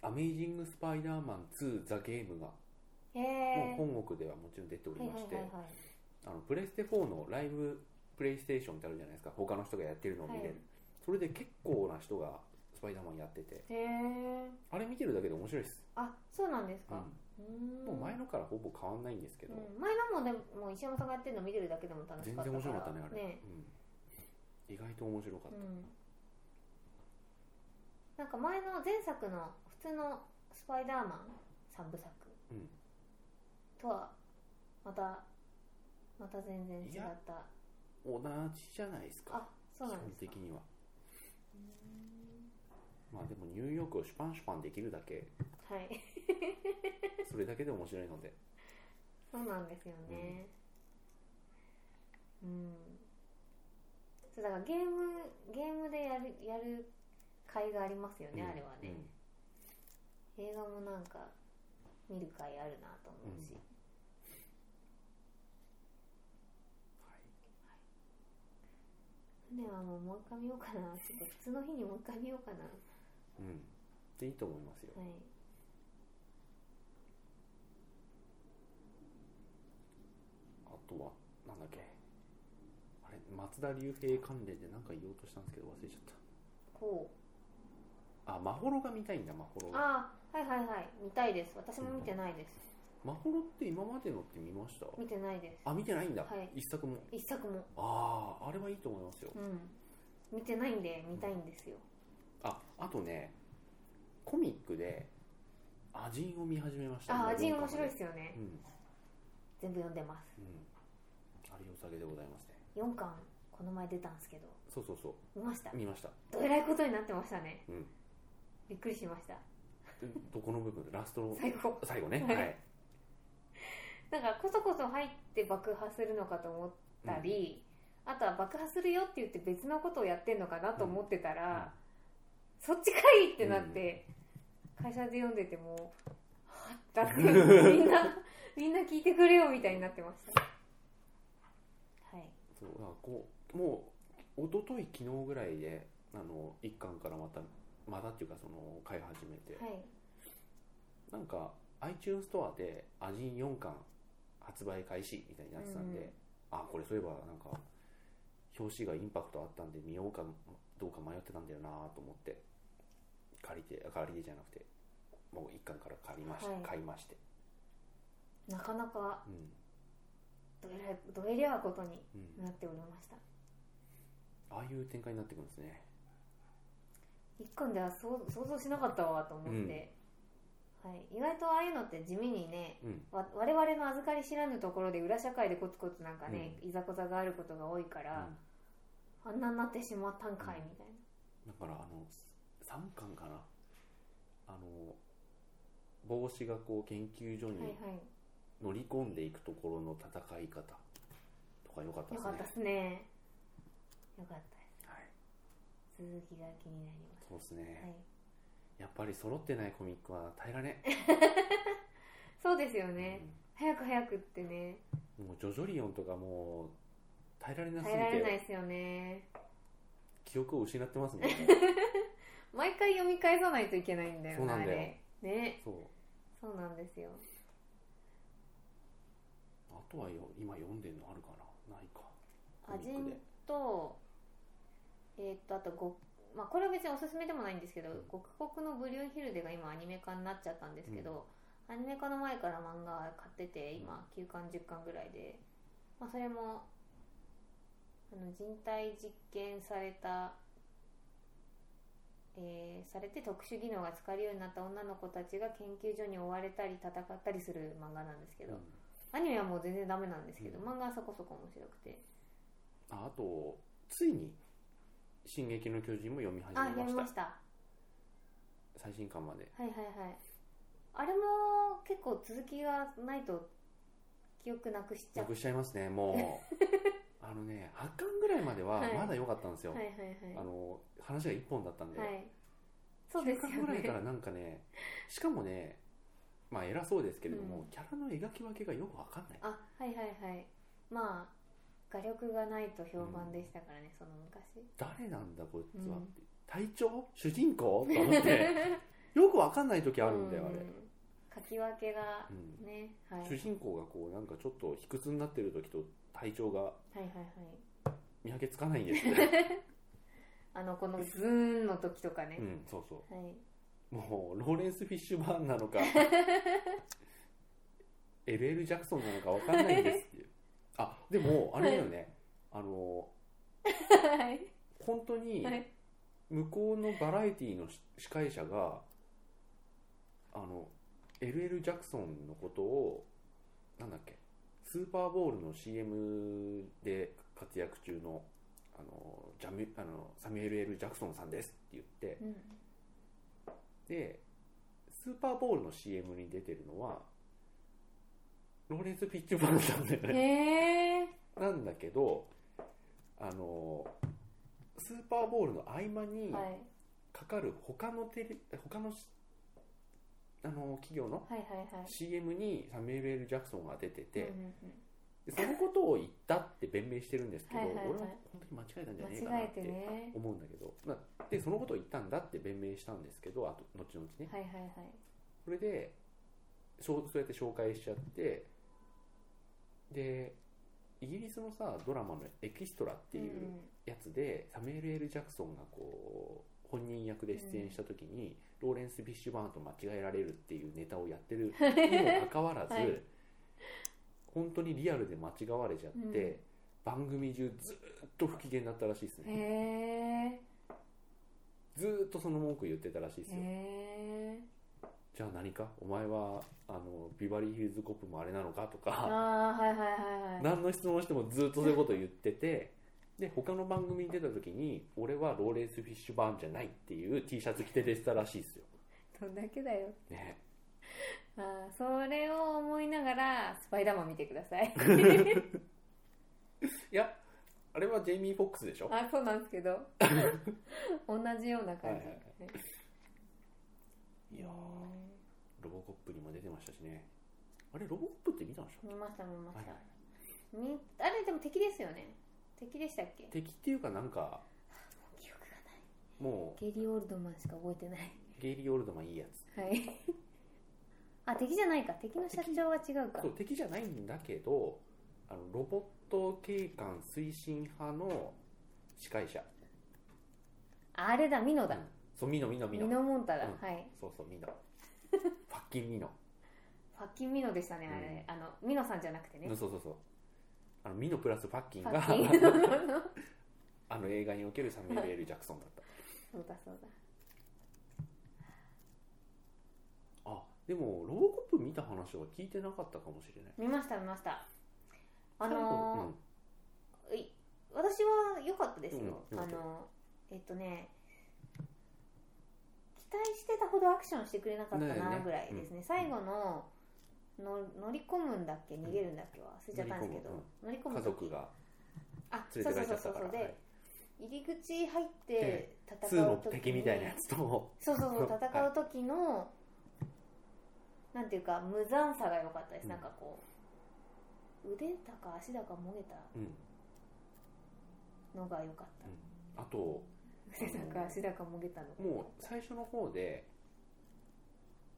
S1: アメイジング・スパイダーマン2・ザ・ゲームが、
S2: なへえ
S1: もう本国ではもちろん出ており
S2: はい
S1: ま
S2: はい
S1: して、
S2: はいはい
S1: あのプレステ4のライブプレイステーションってあるじゃないですか他の人がやってるのを見れる、
S2: はい
S1: それで結構な人がスパイダーマンやってて
S2: へえ
S1: あれ見てるだけで面白いです、
S2: あそうなんです
S1: う
S2: かうー
S1: ん
S2: ん
S1: もう前のからほぼ変わんないんですけ
S2: う
S1: ど、
S2: ん前のもでももう石山さんがやってるの見てるだけでも楽し
S1: 全
S2: かったから
S1: 然面白かったねあれ
S2: ね
S1: うん、意外と面白かっ
S2: う
S1: た、
S2: んなんか前の前作の普通のスパイダーマン三部作、
S1: うん
S2: とはまたまた全然違っ
S1: いや
S2: た
S1: 同じじゃないですか
S2: あそうなんです
S1: 基
S2: か
S1: 本的にはまあでもニューヨークをシュパンシュパンできるだけ
S2: うーんはい
S1: それだけで面白いので
S2: そうなんですよねうん、そうだからゲームゲームでやるやる会がありますよね、あれはね、映画もなんか見る会あるなと思うし、
S1: うん
S2: 船はもうもう一回見ようかなちょっと普通の日にもう一回見ようかなは
S1: うん、はいうん、でいいと思いますよ
S2: い
S1: あとはなんだっけあれ松田龍平関連で何か言おうとしたんですけど忘れちゃっ
S2: こ
S1: たあまほろが見たいんだまほろ
S2: うああはいはいはい見たいです私も見てないです、
S1: まほろって今までのって見ました
S2: 見てないです
S1: あ見てないんだ、
S2: はい
S1: 一作も
S2: 一作も
S1: あああれはいいと思いますよ
S2: うん見てないんで見たいんですよ
S1: ああとねコミックで「アジン」を見始めました
S2: ああ味面白い
S1: す
S2: ですよね
S1: うん、うん、
S2: 全部読んでます
S1: あれお酒でございますね
S2: 4巻この前出たんですけど
S1: そうそうそ
S2: 見ました
S1: う見ま した
S2: どえらいことになってましたね、
S1: うん
S2: びっくりしました
S1: えどこの部分ラストの
S2: 最後
S1: 最後ね
S2: はい
S1: はい
S2: なんかこそこそ入って爆破するのかと思ったり、あとは爆破するよって言って別のことをやってんのかなと思ってたら、そっちかいってなって、会社で読んでてもうはっだってみんなみんな聞いてくれよみたいになってましたはい
S1: そうだからこうもう一昨日昨日ぐらいであの一巻からまたまたっていうかその買い始めて、
S2: はい
S1: なんか iTunes ストアで「アジン4巻発売開始」みたいになってたんで、
S2: うん
S1: あこれそういえばなんか表紙がインパクトあったんで見ようかどうか迷ってたんだよなと思って借りてあ借りてじゃなくてもう1巻から借りました、
S2: はい
S1: 買いまして、
S2: なかなか
S1: うん
S2: どえらいどえりゃあことに
S1: うん
S2: なっておりました
S1: ああいう展開になってくるんですね
S2: 一巻ではそう想像しなかったわと思って、はい、意外とああいうのって地味にね
S1: うん
S2: わ我々の預かり知らぬところで裏社会でコツコツなんかね、いざこざがあることが多いか
S1: う
S2: ら、
S1: ん
S2: あんなになってしまったんかいみたい
S1: だからあの3巻かなあの帽子がこう研究所
S2: な、
S1: に
S2: はいは
S1: 乗り込んでいくところの戦い方とか良かった
S2: い
S1: です
S2: よか
S1: ね
S2: ったですねよかったで
S1: はい、
S2: す続きが気になりまし
S1: そうです
S2: た、
S1: ね、
S2: はい、
S1: やっぱり揃ってないコミックは耐えられん、
S2: そうですよね、早く早くってね
S1: うんもうジョジョリオンとかもう耐えられなす
S2: 耐えら
S1: ぎ
S2: れない
S1: て
S2: ですよね
S1: 記憶を失ってますもんね
S2: 毎回読み返さないといけないんだよ
S1: そうなんだよ
S2: あれね
S1: そう
S2: そうなんですよ
S1: あとはよ今読んでるのあるかなないかコミ
S2: アジ
S1: ック
S2: ン
S1: で
S2: と,、えーっとあとご、まあ、これは別におすすめでもないんですけど
S1: うん
S2: 「極国のブリュンヒルデ」が今アニメ化になっちゃったんですけど、アニメ化の前から漫画買ってて今9巻10巻ぐらいで、まあ、それもあの人体実験された、えーされて特殊技能が使えるようになった女の子たちが研究所に追われたり戦ったりする漫画なんですけ
S1: う
S2: ど、
S1: ん
S2: アニメはもう全然ダメなんですけど、
S1: うん
S2: 漫画はそこそこ面白くて。
S1: ああとついに「進撃の巨人」も読み始
S2: あ、
S1: めま
S2: やり
S1: し
S2: ま
S1: た
S2: した。は
S1: 最新巻まで
S2: いはいはい。あれも結構続きがないと記憶なくしちゃ
S1: な
S2: う。
S1: くしちゃいますねも うあのね8巻ぐらいまでは
S2: はい
S1: まだ良かったんですよ、
S2: はいはい
S1: あ
S2: は
S1: の話が1本だったん
S2: い。
S1: で、
S2: はい。そうですよ
S1: ぐらいか
S2: ね。
S1: らなんかねしかもねまあ偉そうですけれども、
S2: うん
S1: キャラの描き分けがよくわかんない
S2: あ、はいはいはい。まあ画力がないと評判でしたからね、その昔。
S1: 誰なんだこいつは、
S2: うん
S1: って隊長主人公と思って よくわかんない時あるんだよあれ、
S2: 書き分けが
S1: うん
S2: ね、はい。はい
S1: 主人公がこうなんかちょっと卑屈になってる時と隊長が
S2: はいはい。
S1: 見分けつかないんです ね、
S2: あのこのズーンの時とかね
S1: う。ん、そうそ
S2: はい。
S1: うもうローレンス・フィッシュバーンなの か LL ジャクソンなのかわかんないんですっていう あでもあれだよね、あの
S2: はい
S1: 本当に、
S2: はい。
S1: 向こうのバラエティの司司会者があの LL ジャクソンのことをなんだっけスーパーボールの CM で活躍中のあのジャミあのサミュエル・ L ・ジャクソンさんですって言って
S2: うん
S1: でスーパーボールの CM に出てるのはローレンス・ピッチマンなんだよね
S2: へえ
S1: なんだけどあのスーパーボールの合間に
S2: はい
S1: かかる他のテレ、他のしあの企業の
S2: はいはいはい
S1: CM にサミュエル・ L ・ジャクソンが出てて、
S2: うんうん
S1: でそのことを言ったって弁明してるんですけど、
S2: はいはいはい
S1: 俺は本当に間違えたんじゃね
S2: う
S1: え
S2: ん
S1: か
S2: 間
S1: な
S2: 違え
S1: って
S2: てね
S1: 思うんだけど、まあでそのことを言ったんだって弁明したんですけどあと後々ね、
S2: はいはいはい
S1: それでそうそうやって紹介しちゃってでイギリスのさドラマの「エキストラ」っていう、
S2: うん
S1: やつでサミュエル・ L ・ジャクソンがこう本人役で出演した時に、ローレンス・フィッシュバーンと間違えられるっていうネタをやってるにもかかわらず、
S2: はい
S1: 本当にリアルで間違われちゃって、
S2: うん
S1: 番組中ずーっと不機嫌だったらしいですね
S2: へえ
S1: ずーっとその文句言ってたらしいですよ、
S2: へえ
S1: じゃあ何かお前はあのビバリーヒルズ・コップもあれなのかとか
S2: ああはいはいはいはい
S1: 何の質問してもずーっとそういうこと言っててで他の番組に出た時に俺はローレンス・フィッシュバーンじゃないっていう T シャツ着て出てたらしいですよ
S2: どんだけだよ
S1: ね
S2: あーそれを思いながらスパイダーマン見てください
S1: いやあれはジェイミー・フォックスでしょ
S2: あそうなんですけ ど同じような感
S1: はいはいはい
S2: じ、ね
S1: いやーロボコップにも出てましたしねあれロボコップって見たんでしょ
S2: 見ました見ました、
S1: はいはい
S2: みあれでも敵ですよね敵でしたっけ
S1: 敵っていうかなんか
S2: 記憶がない
S1: も
S2: ゲリー・オールドマンしか覚えてない
S1: うゲイリー・オールドマンいいやつ
S2: はい あ敵じゃないか敵の社長は違うか
S1: そう敵じゃないんだけどあのロボット警官推進派の司会者
S2: あれだミノだ
S1: うんそうミノミノミ
S2: ミ
S1: ノ
S2: ノモンタだ、
S1: うん
S2: はい
S1: そうそうミノファッキンミノ、
S2: ファッキンミノでしたねあれ、あのミノさんじゃなくてね
S1: うんそうそうそうあのミノプラスファッキン
S2: ファ
S1: が
S2: ッキン ミノ
S1: あの映画におけるサミュエル・ L ・ジャクソンだった
S2: そうだそうだ
S1: あでもロボコップ見た話は聞いてなかったかもしれない
S2: 見ました見ましたあ
S1: 最後うん
S2: のーい私は良かったですよ、
S1: うん良か
S2: あ
S1: った
S2: のーえっとね期待してたほどアクションしてくれなかった
S1: だよ
S2: な
S1: ね
S2: ぐらいですね最後のの乗り込むんだっけ逃げるんだっけは忘れちゃったんですけど乗り込む,、
S1: 家族が
S2: あそう
S1: 連
S2: そ
S1: れ
S2: う
S1: てかれちゃ
S2: そう
S1: っ
S2: そ
S1: た
S2: う
S1: から
S2: で、
S1: はい
S2: 入り口入って
S1: 2
S2: 戦う
S1: の
S2: 時に
S1: 敵みたいなやつと
S2: そうそうそう
S1: はい
S2: 戦う時の、なんていうか無残さが良かったです、
S1: うん
S2: なんかこう腕だか足だかもげた
S1: うん
S2: のが良かった、
S1: あと
S2: 腕だか足だかもげたのが良か
S1: もう最初の方で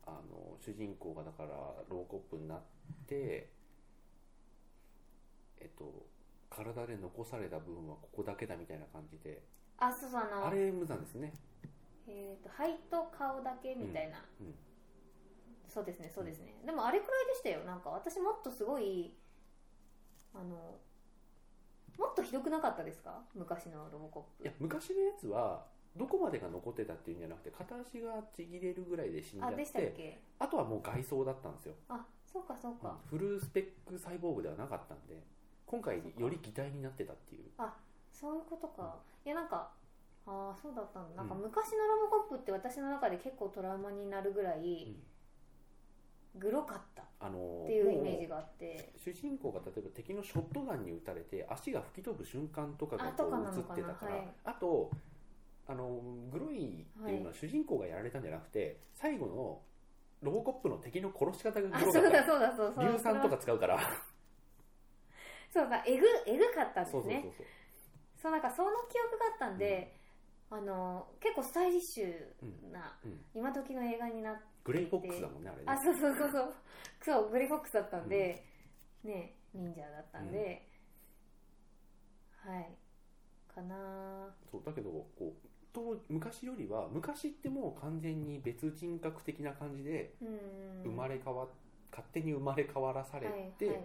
S1: あの主人公がだからローコップになってえっと体で残された部分はここだけだみたいな感じで
S2: ったあそうそうあの
S1: あれ無残ですね
S2: えー、と肺と顔だけみたいな、
S1: うんうん
S2: そうですねそうですね、でもあれくらいでしたよなんか私もっとすごいあのもっとひどくなかったですか昔のロボコッ
S1: い
S2: プ
S1: や昔のやつはどこまでが残ってたっていうんじゃなくて片足がちぎれるぐらいで死んじゃ
S2: あ
S1: っ
S2: でしたってけ
S1: あとはもう外装だったんですよ
S2: あそうかそうか、
S1: フルスペックサイボーグではなかったんで今回より擬態になってたっていう
S2: そういうことか、いやなんかああそうだったんだなんか
S1: うん
S2: 昔のロボコップって私の中で結構トラウマになるぐらいグロかったっ
S1: あの
S2: ていうイ
S1: もう
S2: メージがあって
S1: 主人公が例えば敵のショットガンに撃たれて足が吹き飛ぶ瞬間とかがこ
S2: あとかな
S1: う
S2: の
S1: 映
S2: かな
S1: ってたから
S2: はい
S1: あとあのグロいっていうのは主人公がやられたんじゃなくて、最後のロボコップの敵の殺し方が
S2: あ
S1: グ
S2: そう
S1: ロかった
S2: だそうだそうそう
S1: 硫酸とか使うから
S2: そうだえぐえぐかったんです
S1: そう
S2: ね
S1: そうそうそう
S2: そうなんかその記憶があったんで、あの結構スタイリッシュな、
S1: うんうん
S2: 今時の映画になっ
S1: グレイフォックスだもんねあれね
S2: あそうそうそうそうそうグレイフォックスだったんで、ね忍者だったんで、はいかなあ
S1: そうだけどこうと昔よりは昔ってもう完全に別人格的な感じで
S2: うん
S1: 生まれ変わ、勝手に生まれ変わらされて、
S2: はい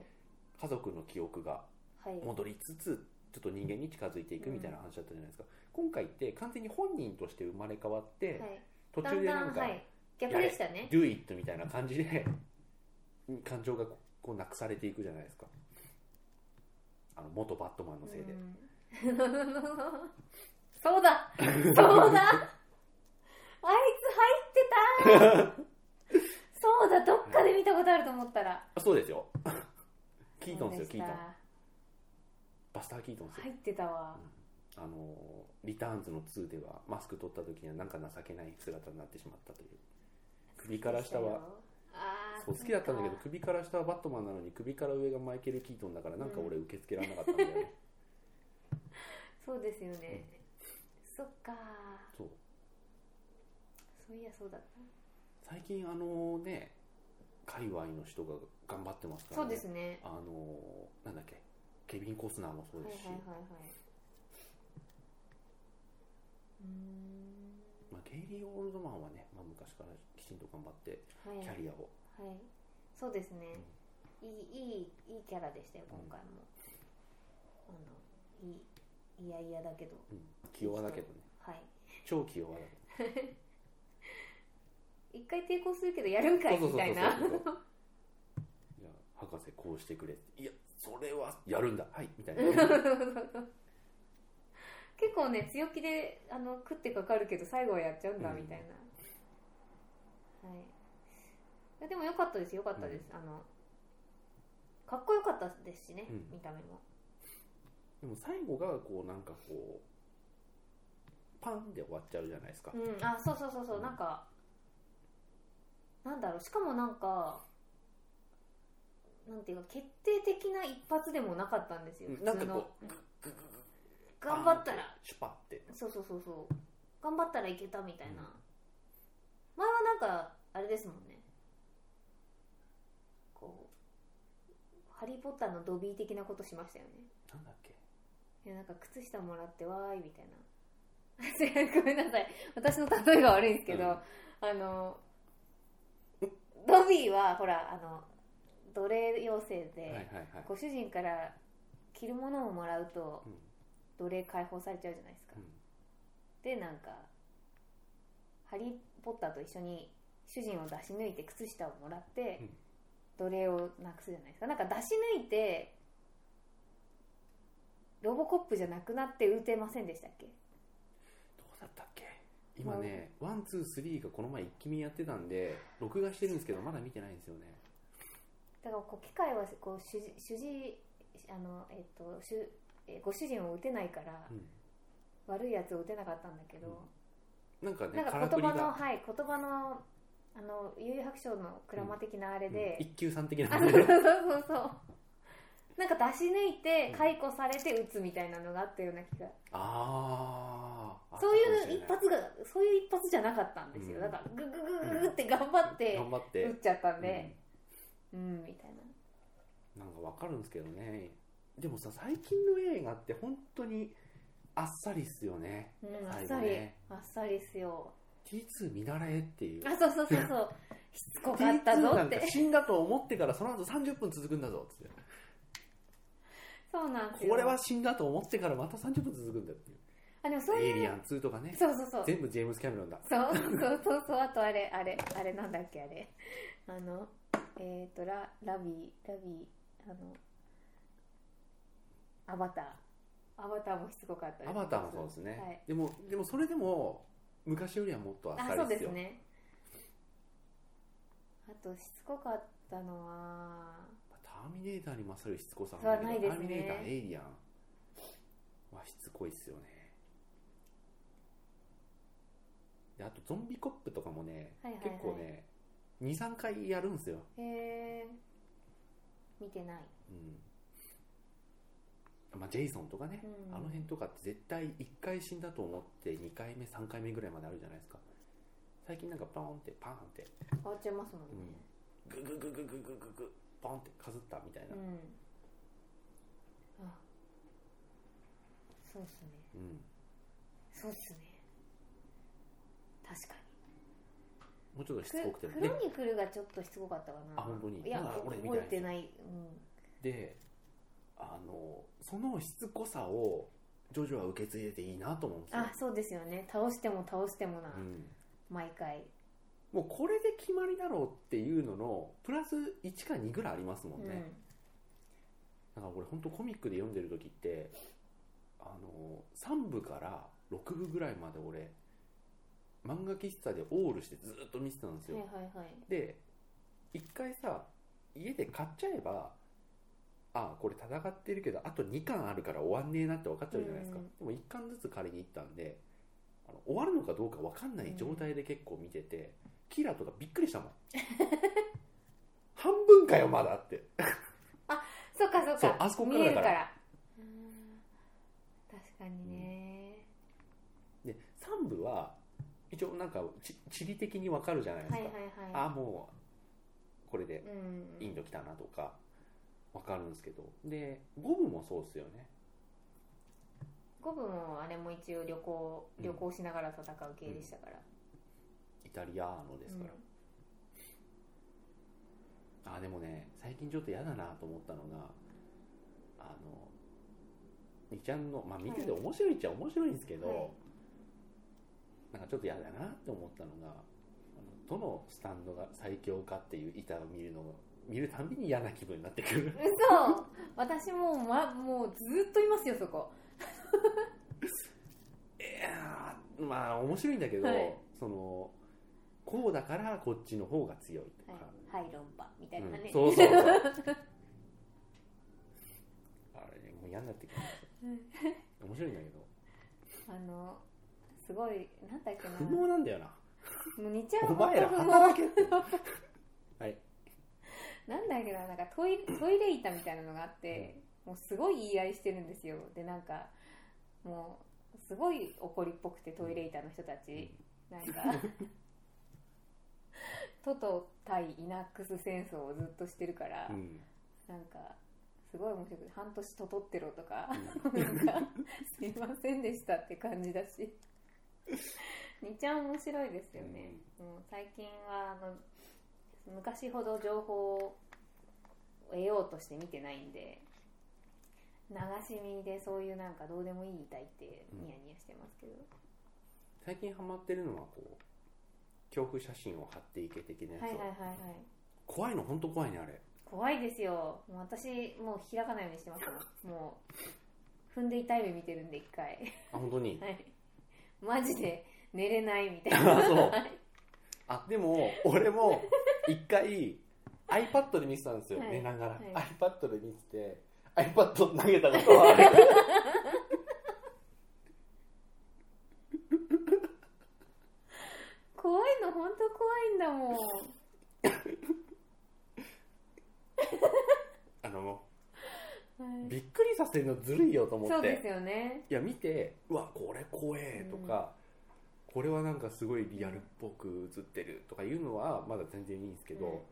S1: 家族の記憶が
S2: はいはい、
S1: 戻りつつちょっと人間に近づいていくみたいな話だったじゃないですか、今回って完全に本人として生まれ変わって、
S2: はい
S1: 途
S2: だ
S1: 中
S2: ん
S1: で
S2: だ
S1: なん
S2: ん
S1: か
S2: はい逆でしたね
S1: Do it みたいな感じでうん感情がこうなくされていくじゃないですかあの元バットマンのせいで、
S2: うん そうだそうだあいつ入って たそうだどっかで見たことあると思ったら
S1: あそうですよ キートンですよ
S2: そう
S1: キ
S2: し
S1: ー
S2: た
S1: トンバスター・キートンですよ、
S2: 入ってたわ
S1: あのーリターンズの2ではマスク取った時にはなんか情けない姿になってしまったという首から下は
S2: あー
S1: そう好きだったんだけど
S2: そか
S1: 首から下はバットマンなのに首から上がマイケル・キートンだからなんか俺受け付けられなかったんだよね、
S2: そうですよねそっか
S1: そう
S2: そういやそうだった
S1: 最近あのね界隈の人が頑張ってますから、
S2: そうですね
S1: あのーなんだっけケビン・コスナーもそ
S2: は
S1: う
S2: いは
S1: で
S2: い
S1: すし、
S2: はいはいうん
S1: まあ、ゲイリー・オールドマンはね、まあ、昔からきちんと頑張って
S2: はい
S1: キャリアを、
S2: はい、そうですね、いいいいいいキャラでしたよ、今回も。あのいいいやいやだけど、
S1: うん、気弱だけどね
S2: はい、
S1: 超気弱だけど
S2: 一回抵抗するけど、やるんかいみたいな、
S1: そうそうそうそういや博士こうしてくれいやそれはやるんだはいみ たいな
S2: 結構ね、強気であの食ってかかるけど、最後はやっちゃうんだ
S1: うん
S2: みたいな、はいいや、でも良かったです、良かったです、あのかっこよかったですしね、
S1: うん
S2: 見た目も。
S1: でも最後がこうなんかこうパンで終わっちゃうじゃないですか、
S2: うん、あそうそうそうそうなんかなんだろうしかもなんかなんていうか決定的な一発でもなかったんですよ
S1: うん
S2: 普
S1: なんか
S2: 通の
S1: こう
S2: 頑張った
S1: あ
S2: ら
S1: ーシュパって
S2: そうそうそうそう頑張ったらいけたみたいな、
S1: うん
S2: 前はなんかあれですもんねこう「ハリー・ポッター」のドビー的なことしましたよね
S1: なんだっけ
S2: いやなんか靴下もらってわーいみたいなそれごめんな さい私の例えが悪いんですけど、
S1: うん
S2: あのドビーはほらあの奴隷要請で、
S1: はいはいはい
S2: ご主人から着るものをもらうと
S1: うん
S2: 奴隷解放されちゃうじゃないですか、
S1: うん
S2: でなんか「ハリー・ポッター」と一緒に主人を出し抜いて靴下をもらって、
S1: うん
S2: 奴隷をなくすじゃないですかなんか出し抜いてロボコップじゃなくなって打てませんでしたっけ
S1: どうだったっけ今ねワンツースリーがこの前一気見やってたんで録画してるんですけどまだ見てないんですよね
S2: だからこう機械はこう主人主人あの、えっと主えーご主人を打てないから、
S1: うん
S2: 悪いやつを打てなかったんだけど、
S1: うんなんかね
S2: なんか
S1: からく
S2: 言
S1: り
S2: 葉の、
S1: が、
S2: はい、言葉の、あの、悠々白書のクラマ的なあれ
S1: うん
S2: で、
S1: 一級さん的 な
S2: あ
S1: 感
S2: そう
S1: じ
S2: そ
S1: で
S2: うそうそう。なんか出し抜いて、解雇されて打つみたいなのがあったような気が。
S1: あーあ
S2: そういう一
S1: ったかも
S2: 発が、そういう一発じゃなかったんですよ。
S1: うん
S2: だから、グググググって頑張っ
S1: しれない
S2: て
S1: 頑張っ
S2: 打
S1: て
S2: っちゃったんで、うん、みたいな。
S1: なんかわかるんですけどねでもさ最近の映画って本当にあっさりっすよね
S2: うん、あっ
S1: 最
S2: さ
S1: 後
S2: り、
S1: ね
S2: あっさりっすよ。
S1: T2 見慣れっていう
S2: あ、そうそうそ うそう。しつこかっ
S1: T2
S2: たぞ
S1: な
S2: っ
S1: んか
S2: て。
S1: 死んだと思ってからその後30分続くんだぞっつって
S2: そうなんですよ。
S1: これは死んだと思ってからまた30分続くんだよっていう
S2: あ、でもそう
S1: エイ
S2: い
S1: リア
S2: う、
S1: ン2とかね
S2: そうそうそう。
S1: 全部ジェームス・キャメロンだ
S2: そうそうそうそうあとあれあれあれなんだっけあれあのえっ、ー、とララビーラビーあのアバターアバターもしつこかったです
S1: アバターもそうですね、
S2: はい
S1: でもでもそれでも昔よりはもっとあっ
S2: あ
S1: さり
S2: そう
S1: っ
S2: ですす
S1: よ
S2: ねあとしつこかったのは
S1: ターミネーターに勝るしつこさは
S2: そうはないですね
S1: ターミネーターエイリアンはしつこいっすよねであとゾンビコップとかもね、
S2: はいはいはい
S1: 結構ね23回やるんですよ、
S2: へえ見てない
S1: うんまあ、ジェイソンとかね、
S2: うん
S1: あの辺とかって絶対1回死んだと思って2回目3回目ぐらいまであるじゃないですか最近なんかパーンってパーンって
S2: 変わっちゃいますもんね
S1: ググググググググポンってかずったみたいな
S2: うん、あそうっすね
S1: うん
S2: そうっすね確かに
S1: もうちょっとしつこくても
S2: ク
S1: ね
S2: ロニクルがちょっとしつこかったかな
S1: あ本当に
S2: いや
S1: まだ俺見て
S2: 覚
S1: な
S2: え
S1: い
S2: てない、
S1: であのそのしつこさをジョジョは受け継いでていいなと思うんです
S2: うん、
S1: よ
S2: あそうですよね倒しても倒してもな、
S1: うん
S2: 毎回
S1: もうこれで決まりだろうっていうののプラス1か2ぐらいありますもんね、だから俺本当コミックで読んでる時ってあの3部から6部ぐらいまで俺漫画喫茶でオールしてずっと見てたんです
S2: うん、
S1: よ、
S2: はいはいはい
S1: で一回さ家で買っちゃえばああこれ戦ってるけどあと2巻あるから終わんねえなって分かっちゃうじゃないですか、
S2: うん
S1: でも1巻ずつ借りに行ったんであの終わるのかどうか分かんない状態で結構見てて、キラとかびっくりしたもん 半分かよまだって
S2: そっかそっか
S1: そうあそこからだ
S2: 見える
S1: から
S2: からうん確かにね、
S1: で3部は一応なんかち地理的に分かるじゃないですか、
S2: はいはい
S1: あ
S2: は
S1: あもうこれで
S2: いうん
S1: インド来たなとか分かるんですけどで5部もそうっすよね
S2: 五部もあれも一応旅行
S1: うん
S2: 旅行しながら戦う系でしたから、
S1: イタリアーノですから、あでもね最近ちょっと嫌だなと思ったのがあの二ちゃんのまあ見てて
S2: はい
S1: 面白いっちゃ面白いんですけど、
S2: はい
S1: なんかちょっと嫌だなって思ったのがあのどのスタンドが最強かっていう板を見るのを見るたんびに嫌な気分になってくる
S2: うん、嘘私もう、ま、もうずっといますよそこ
S1: いやーまあ面白いんだけど、
S2: はい
S1: そのこうだからこっちの方が強いと
S2: は
S1: か、
S2: い、はい、論破 みたいなね、
S1: うんそうそうそうあれねもう嫌になってきました面白いんだけど
S2: あのすごいなんだっけな
S1: 不
S2: も
S1: 毛なんだよな
S2: う似ちゃう
S1: お前ら
S2: 不毛
S1: 働け ってはい
S2: なんだっけどなんかトイレトイレ板みたいなのがあって、もうすごい言い合いしてるんですよでなんかもうすごい怒りっぽくてトイレ板の人たち、 なんかトト対イナックス戦争をずっとしてるから、
S1: うん
S2: なんかすごい面白くて半年ととってろとか
S1: う
S2: なんかすいませんでしたって感じだしにちゃん面白いですよね、もう最近はあの昔ほど情報を得ようとして見てないんで流し見でそういうなんかどうでもいい痛いってニヤニヤしてますけど、
S1: 最近ハマってるのはこう恐怖写真を貼っていけ的なやつを、
S2: はいはいはいはい
S1: 怖いの本当怖いねあれ
S2: 怖いですよもう私もう開かないようにしてますもんもう踏んで痛い目見てるんで一回
S1: あ本当に
S2: はいマジで寝れないみたいな
S1: あ そうあでも俺も一回 iPad で見てたんですよ、
S2: はい
S1: 寝ながら、
S2: は
S1: iPad で見てて iPad 投げたことはあ る
S2: 怖いの本当怖いんだもん
S1: あのもう
S2: はい
S1: びっくりさせるのずるいよと思
S2: そ
S1: っ
S2: う
S1: て
S2: ですよね
S1: いや見てうわこれ怖えとか、これはなんかすごいリアルっぽく映ってるとかいうのはまだ全然いいんですけど、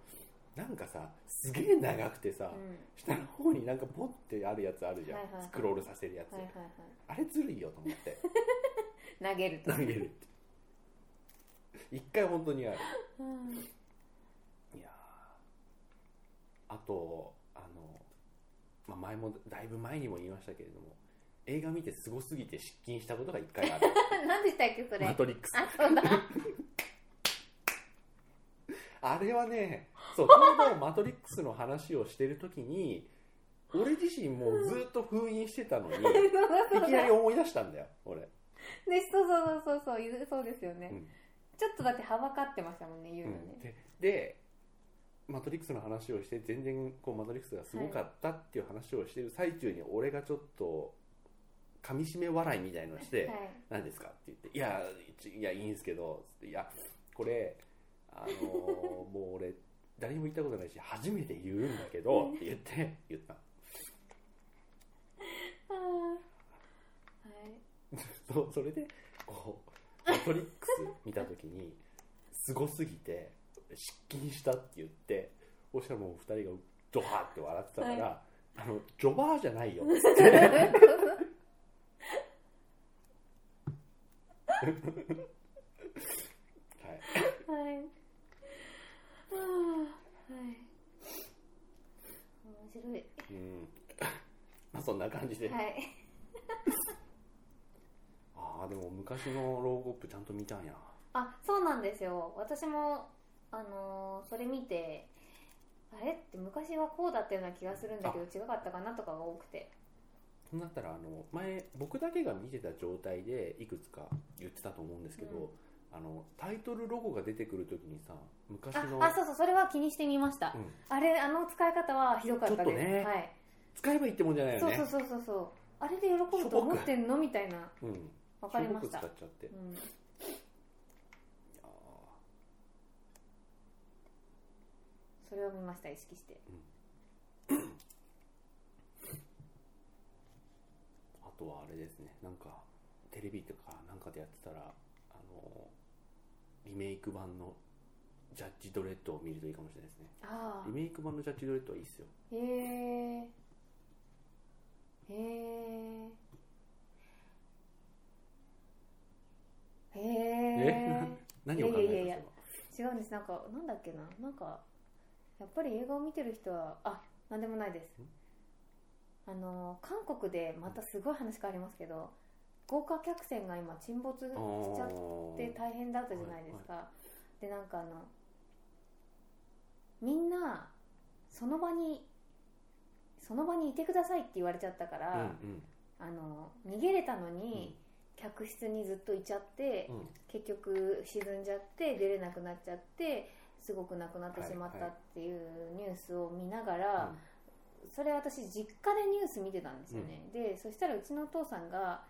S1: なんかさすげえ長くてさ、
S2: うん
S1: 下の方になんかポンってあるやつあるじゃん、
S2: はいはいはい
S1: スクロールさせるやつ、
S2: はいはい
S1: あれずるいよと思って
S2: はい投げると
S1: 投げるって一回本当にある
S2: うん
S1: い やーあとあの、まあ、前もだいぶ前にも言いましたけれども映画見てすごすぎて失禁したことが一回ある
S2: 何でしたっけ そ
S1: 「マ
S2: れ
S1: トリックス
S2: あそうだ
S1: あれは ね、そう、ちょうどマトリックスの話をしてるときに、俺自身もうずっと封印してたのに、
S2: そう
S1: い
S2: だそうだ
S1: きなり思い出したんだよ、俺。
S2: でそうそうそうそうそうそうですよね、
S1: うん
S2: ちょっとだってはばかってましたもんね言
S1: う
S2: うのね、
S1: んでで、マトリックスの話をして、全然こうマトリックスがすごかったっていう話をしてる最中に、俺がちょっと、噛み締め笑いみたいのをして、
S2: はい
S1: 何ですかって言って「いやちいやいいんですけど」つっていやこれあのーもう俺誰にも言ったことないし初めて言うんだけど」って言って言った
S2: あーはい
S1: そうそれでこう「マトリックス」見た時にすごすぎて失禁したって言ってそしたらもう二人がドハーって笑ってたから「あのジョバーじゃない よ」つってはい
S2: はい。 はあはい。面白い。
S1: うんまあそんな感じで、
S2: はい。
S1: ああでも昔のローゴップちゃんと見たんや
S2: あそうなんですよ私もあのーそれ見てあれって昔はこうだったような気がするんだけど違かったかなとかが多くて
S1: そうなったらあの前僕だけが見てた状態でいくつか言ってたと思うんですけど、
S2: うん
S1: あのタイトルロゴが出てくるときにさ昔
S2: あ
S1: の
S2: あそうそうそれは気にしてみました、
S1: うん
S2: あれあの使い方はひどかった
S1: ちょ
S2: で
S1: っ
S2: す、
S1: とね
S2: はい
S1: 使えばいいってもんじゃないよ
S2: そう
S1: ね
S2: そうそうそうそうあれで喜ぶと思ってんのみたいな
S1: うん
S2: わかりまし
S1: す
S2: た
S1: ごく使っちゃって、
S2: うん
S1: あ
S2: それを見ました意識して
S1: ーあとはあれですねなんかテレビとかなんかでやってたらあのリメイク版のジャッジドレッドを見るといいかもしれないですね
S2: ああ
S1: リメイク版のジャッジドレッドはいいっすよ
S2: へえへえへえ
S1: 何を考えたん
S2: いやい
S1: で
S2: や
S1: す
S2: いや
S1: か
S2: 違うんですなんかなんだっけななんかやっぱり映画を見てる人はあなんでもないです
S1: ん
S2: あの韓国でまたすごい話変わりますけど豪華客船が今沈没し
S1: あ
S2: ちゃっって
S1: ー
S2: 大変だったじゃないですか、でなんかあのみんなその場にその場にいてくださいって言われちゃったから、
S1: うん
S2: あの逃げれたの
S1: うん
S2: に、客室にずっといちゃって、
S1: うん
S2: 結局沈んじゃって出れなくなっちゃってすごく亡くなってしまったっていうニュースを見ながら、それ私実家でニュース見てたんですよね、でそしたらうちのお父さんが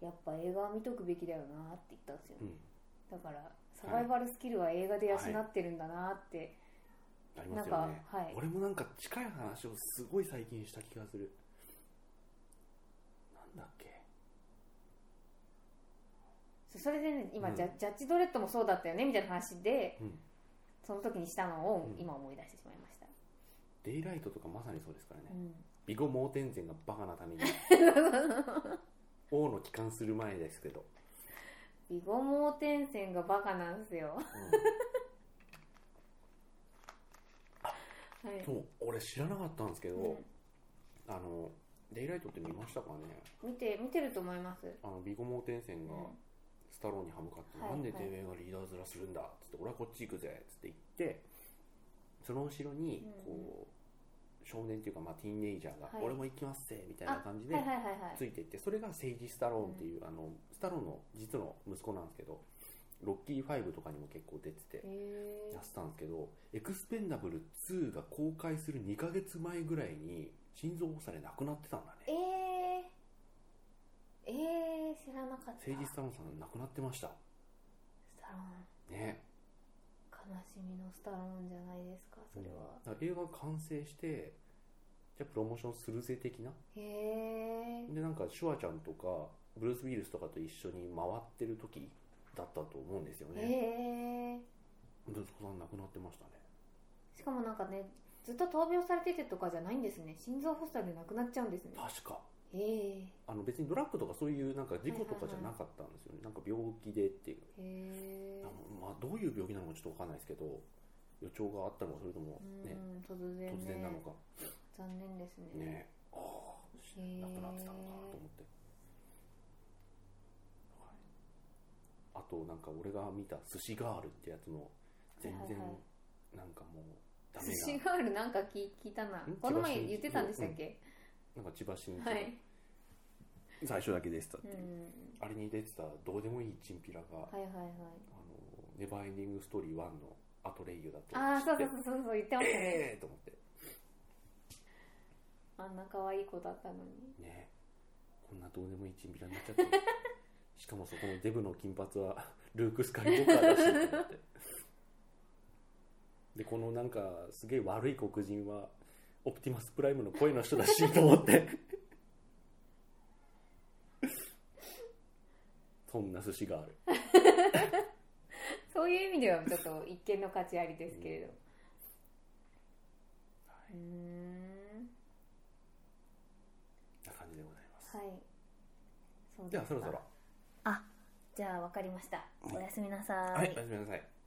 S2: やっぱ映画は見とくべきだよなって言ったんですよ、
S1: うん
S2: だからサバイバルスキルは映画で養ってるんだなって、
S1: あり
S2: な
S1: ま
S2: ん
S1: す
S2: か
S1: よね
S2: はい
S1: 俺もなんか近い話をすごい最近した気がするなんだっけ
S2: それでね今、
S1: うん
S2: ジャジャッジドレッドもそうだったよねみたいな話で
S1: うん
S2: その時にしたのを
S1: うん
S2: 今思い出してしまいました、
S1: デイライトとかまさにそうですからね、
S2: うん
S1: ビゴ盲点前がバカなため に王の帰還する前ですけど、
S2: ビゴ盲点線がバカなんですよは
S1: うん
S2: い
S1: そう俺知らなかったんですけど、
S2: うん
S1: あのデイライトって見ましたかね
S2: 見て見てると思います、
S1: あのビゴ盲点前
S2: う
S1: が
S2: ん
S1: スタローに歯向かって、
S2: はい
S1: なんでてめえがリーダー面するんだっつって俺はこっち行くぜっつって言ってその後ろに
S2: うん
S1: こう、少年っていうかまあティーンネイジャーが、
S2: はい
S1: 俺も行きますぜみたい
S2: あ
S1: な
S2: は
S1: 感じ
S2: い
S1: で
S2: はいはいはい
S1: ついていってそれがセイジ・スタローンっていう、あのスタローンの実の息子なんですけどロッキー5とかにも結構出てて
S2: へー
S1: やってたんですけど「エクスペンダブル2」が公開する2ヶ月前ぐらいに心臓発作で亡くなってたんだ
S2: え
S1: ね
S2: ー、えー、知らなかった
S1: セイジ・スタローンさん亡くなってました
S2: スタロー
S1: ね
S2: ン悲しみのスタローンじゃないですかそれは、
S1: だから映画が完成してじゃあプロモーションするぜ的な
S2: へえ
S1: でなんかシュワちゃんとかブルース・ウィルスとかと一緒に回ってる時だったと思うんですよね
S2: へえ
S1: 息子さん亡くなってましたね
S2: しかもなんかねずっと闘病されててとかじゃないんですね心臓発作で亡くなっちゃうんですね
S1: 確か
S2: へえ
S1: あの別にドラッグとかそういうなんか事故とかじゃなかったんですよね、なんか病気でっていう、
S2: へえ
S1: あのまあ、どういう病気なのかちょっと分かんないですけど予兆があったのかそれとも
S2: う、
S1: ね
S2: ん突然ね
S1: 突然なのか
S2: 残念ですね
S1: ねああ
S2: へえ
S1: なくなってたのかと思って、はい、あとなんか俺が見た「寿司ガール」ってやつも全然
S2: はいはいは
S1: なんかもうダメ
S2: 寿司
S1: な
S2: ガールなんか聞聞いたなんこの前言ってたんでしたっけ、
S1: なんか千葉真一の
S2: はい、
S1: 最初だけでしたっ
S2: う
S1: て
S2: ん
S1: いう、、あれに出てたどうでもいいチンピラが、
S2: はいはいはい
S1: あのネバーエンディングストーリー1のアトレイユだった
S2: ああそう
S1: 知
S2: そ
S1: っ
S2: う
S1: て
S2: そうそうそう言ってましたね、
S1: ええと思って
S2: あんな可愛い子だったのに
S1: ねこんなどうでもいいチンピラになっちゃって しかもそこのデブの金髪はルーク・スカイウォーカーだしと思ってでこのなんかすげえ悪い黒人はオプティマスプライムの声の人だしと思って そんな寿司がある
S2: そういう意味ではちょっと一見の価値ありですけれどうーん
S1: な感じでございます
S2: はいそう
S1: で
S2: です
S1: はそろ
S2: か
S1: そろ
S2: あじゃあ分かりましたおやすみなさ
S1: はいおやすみなさい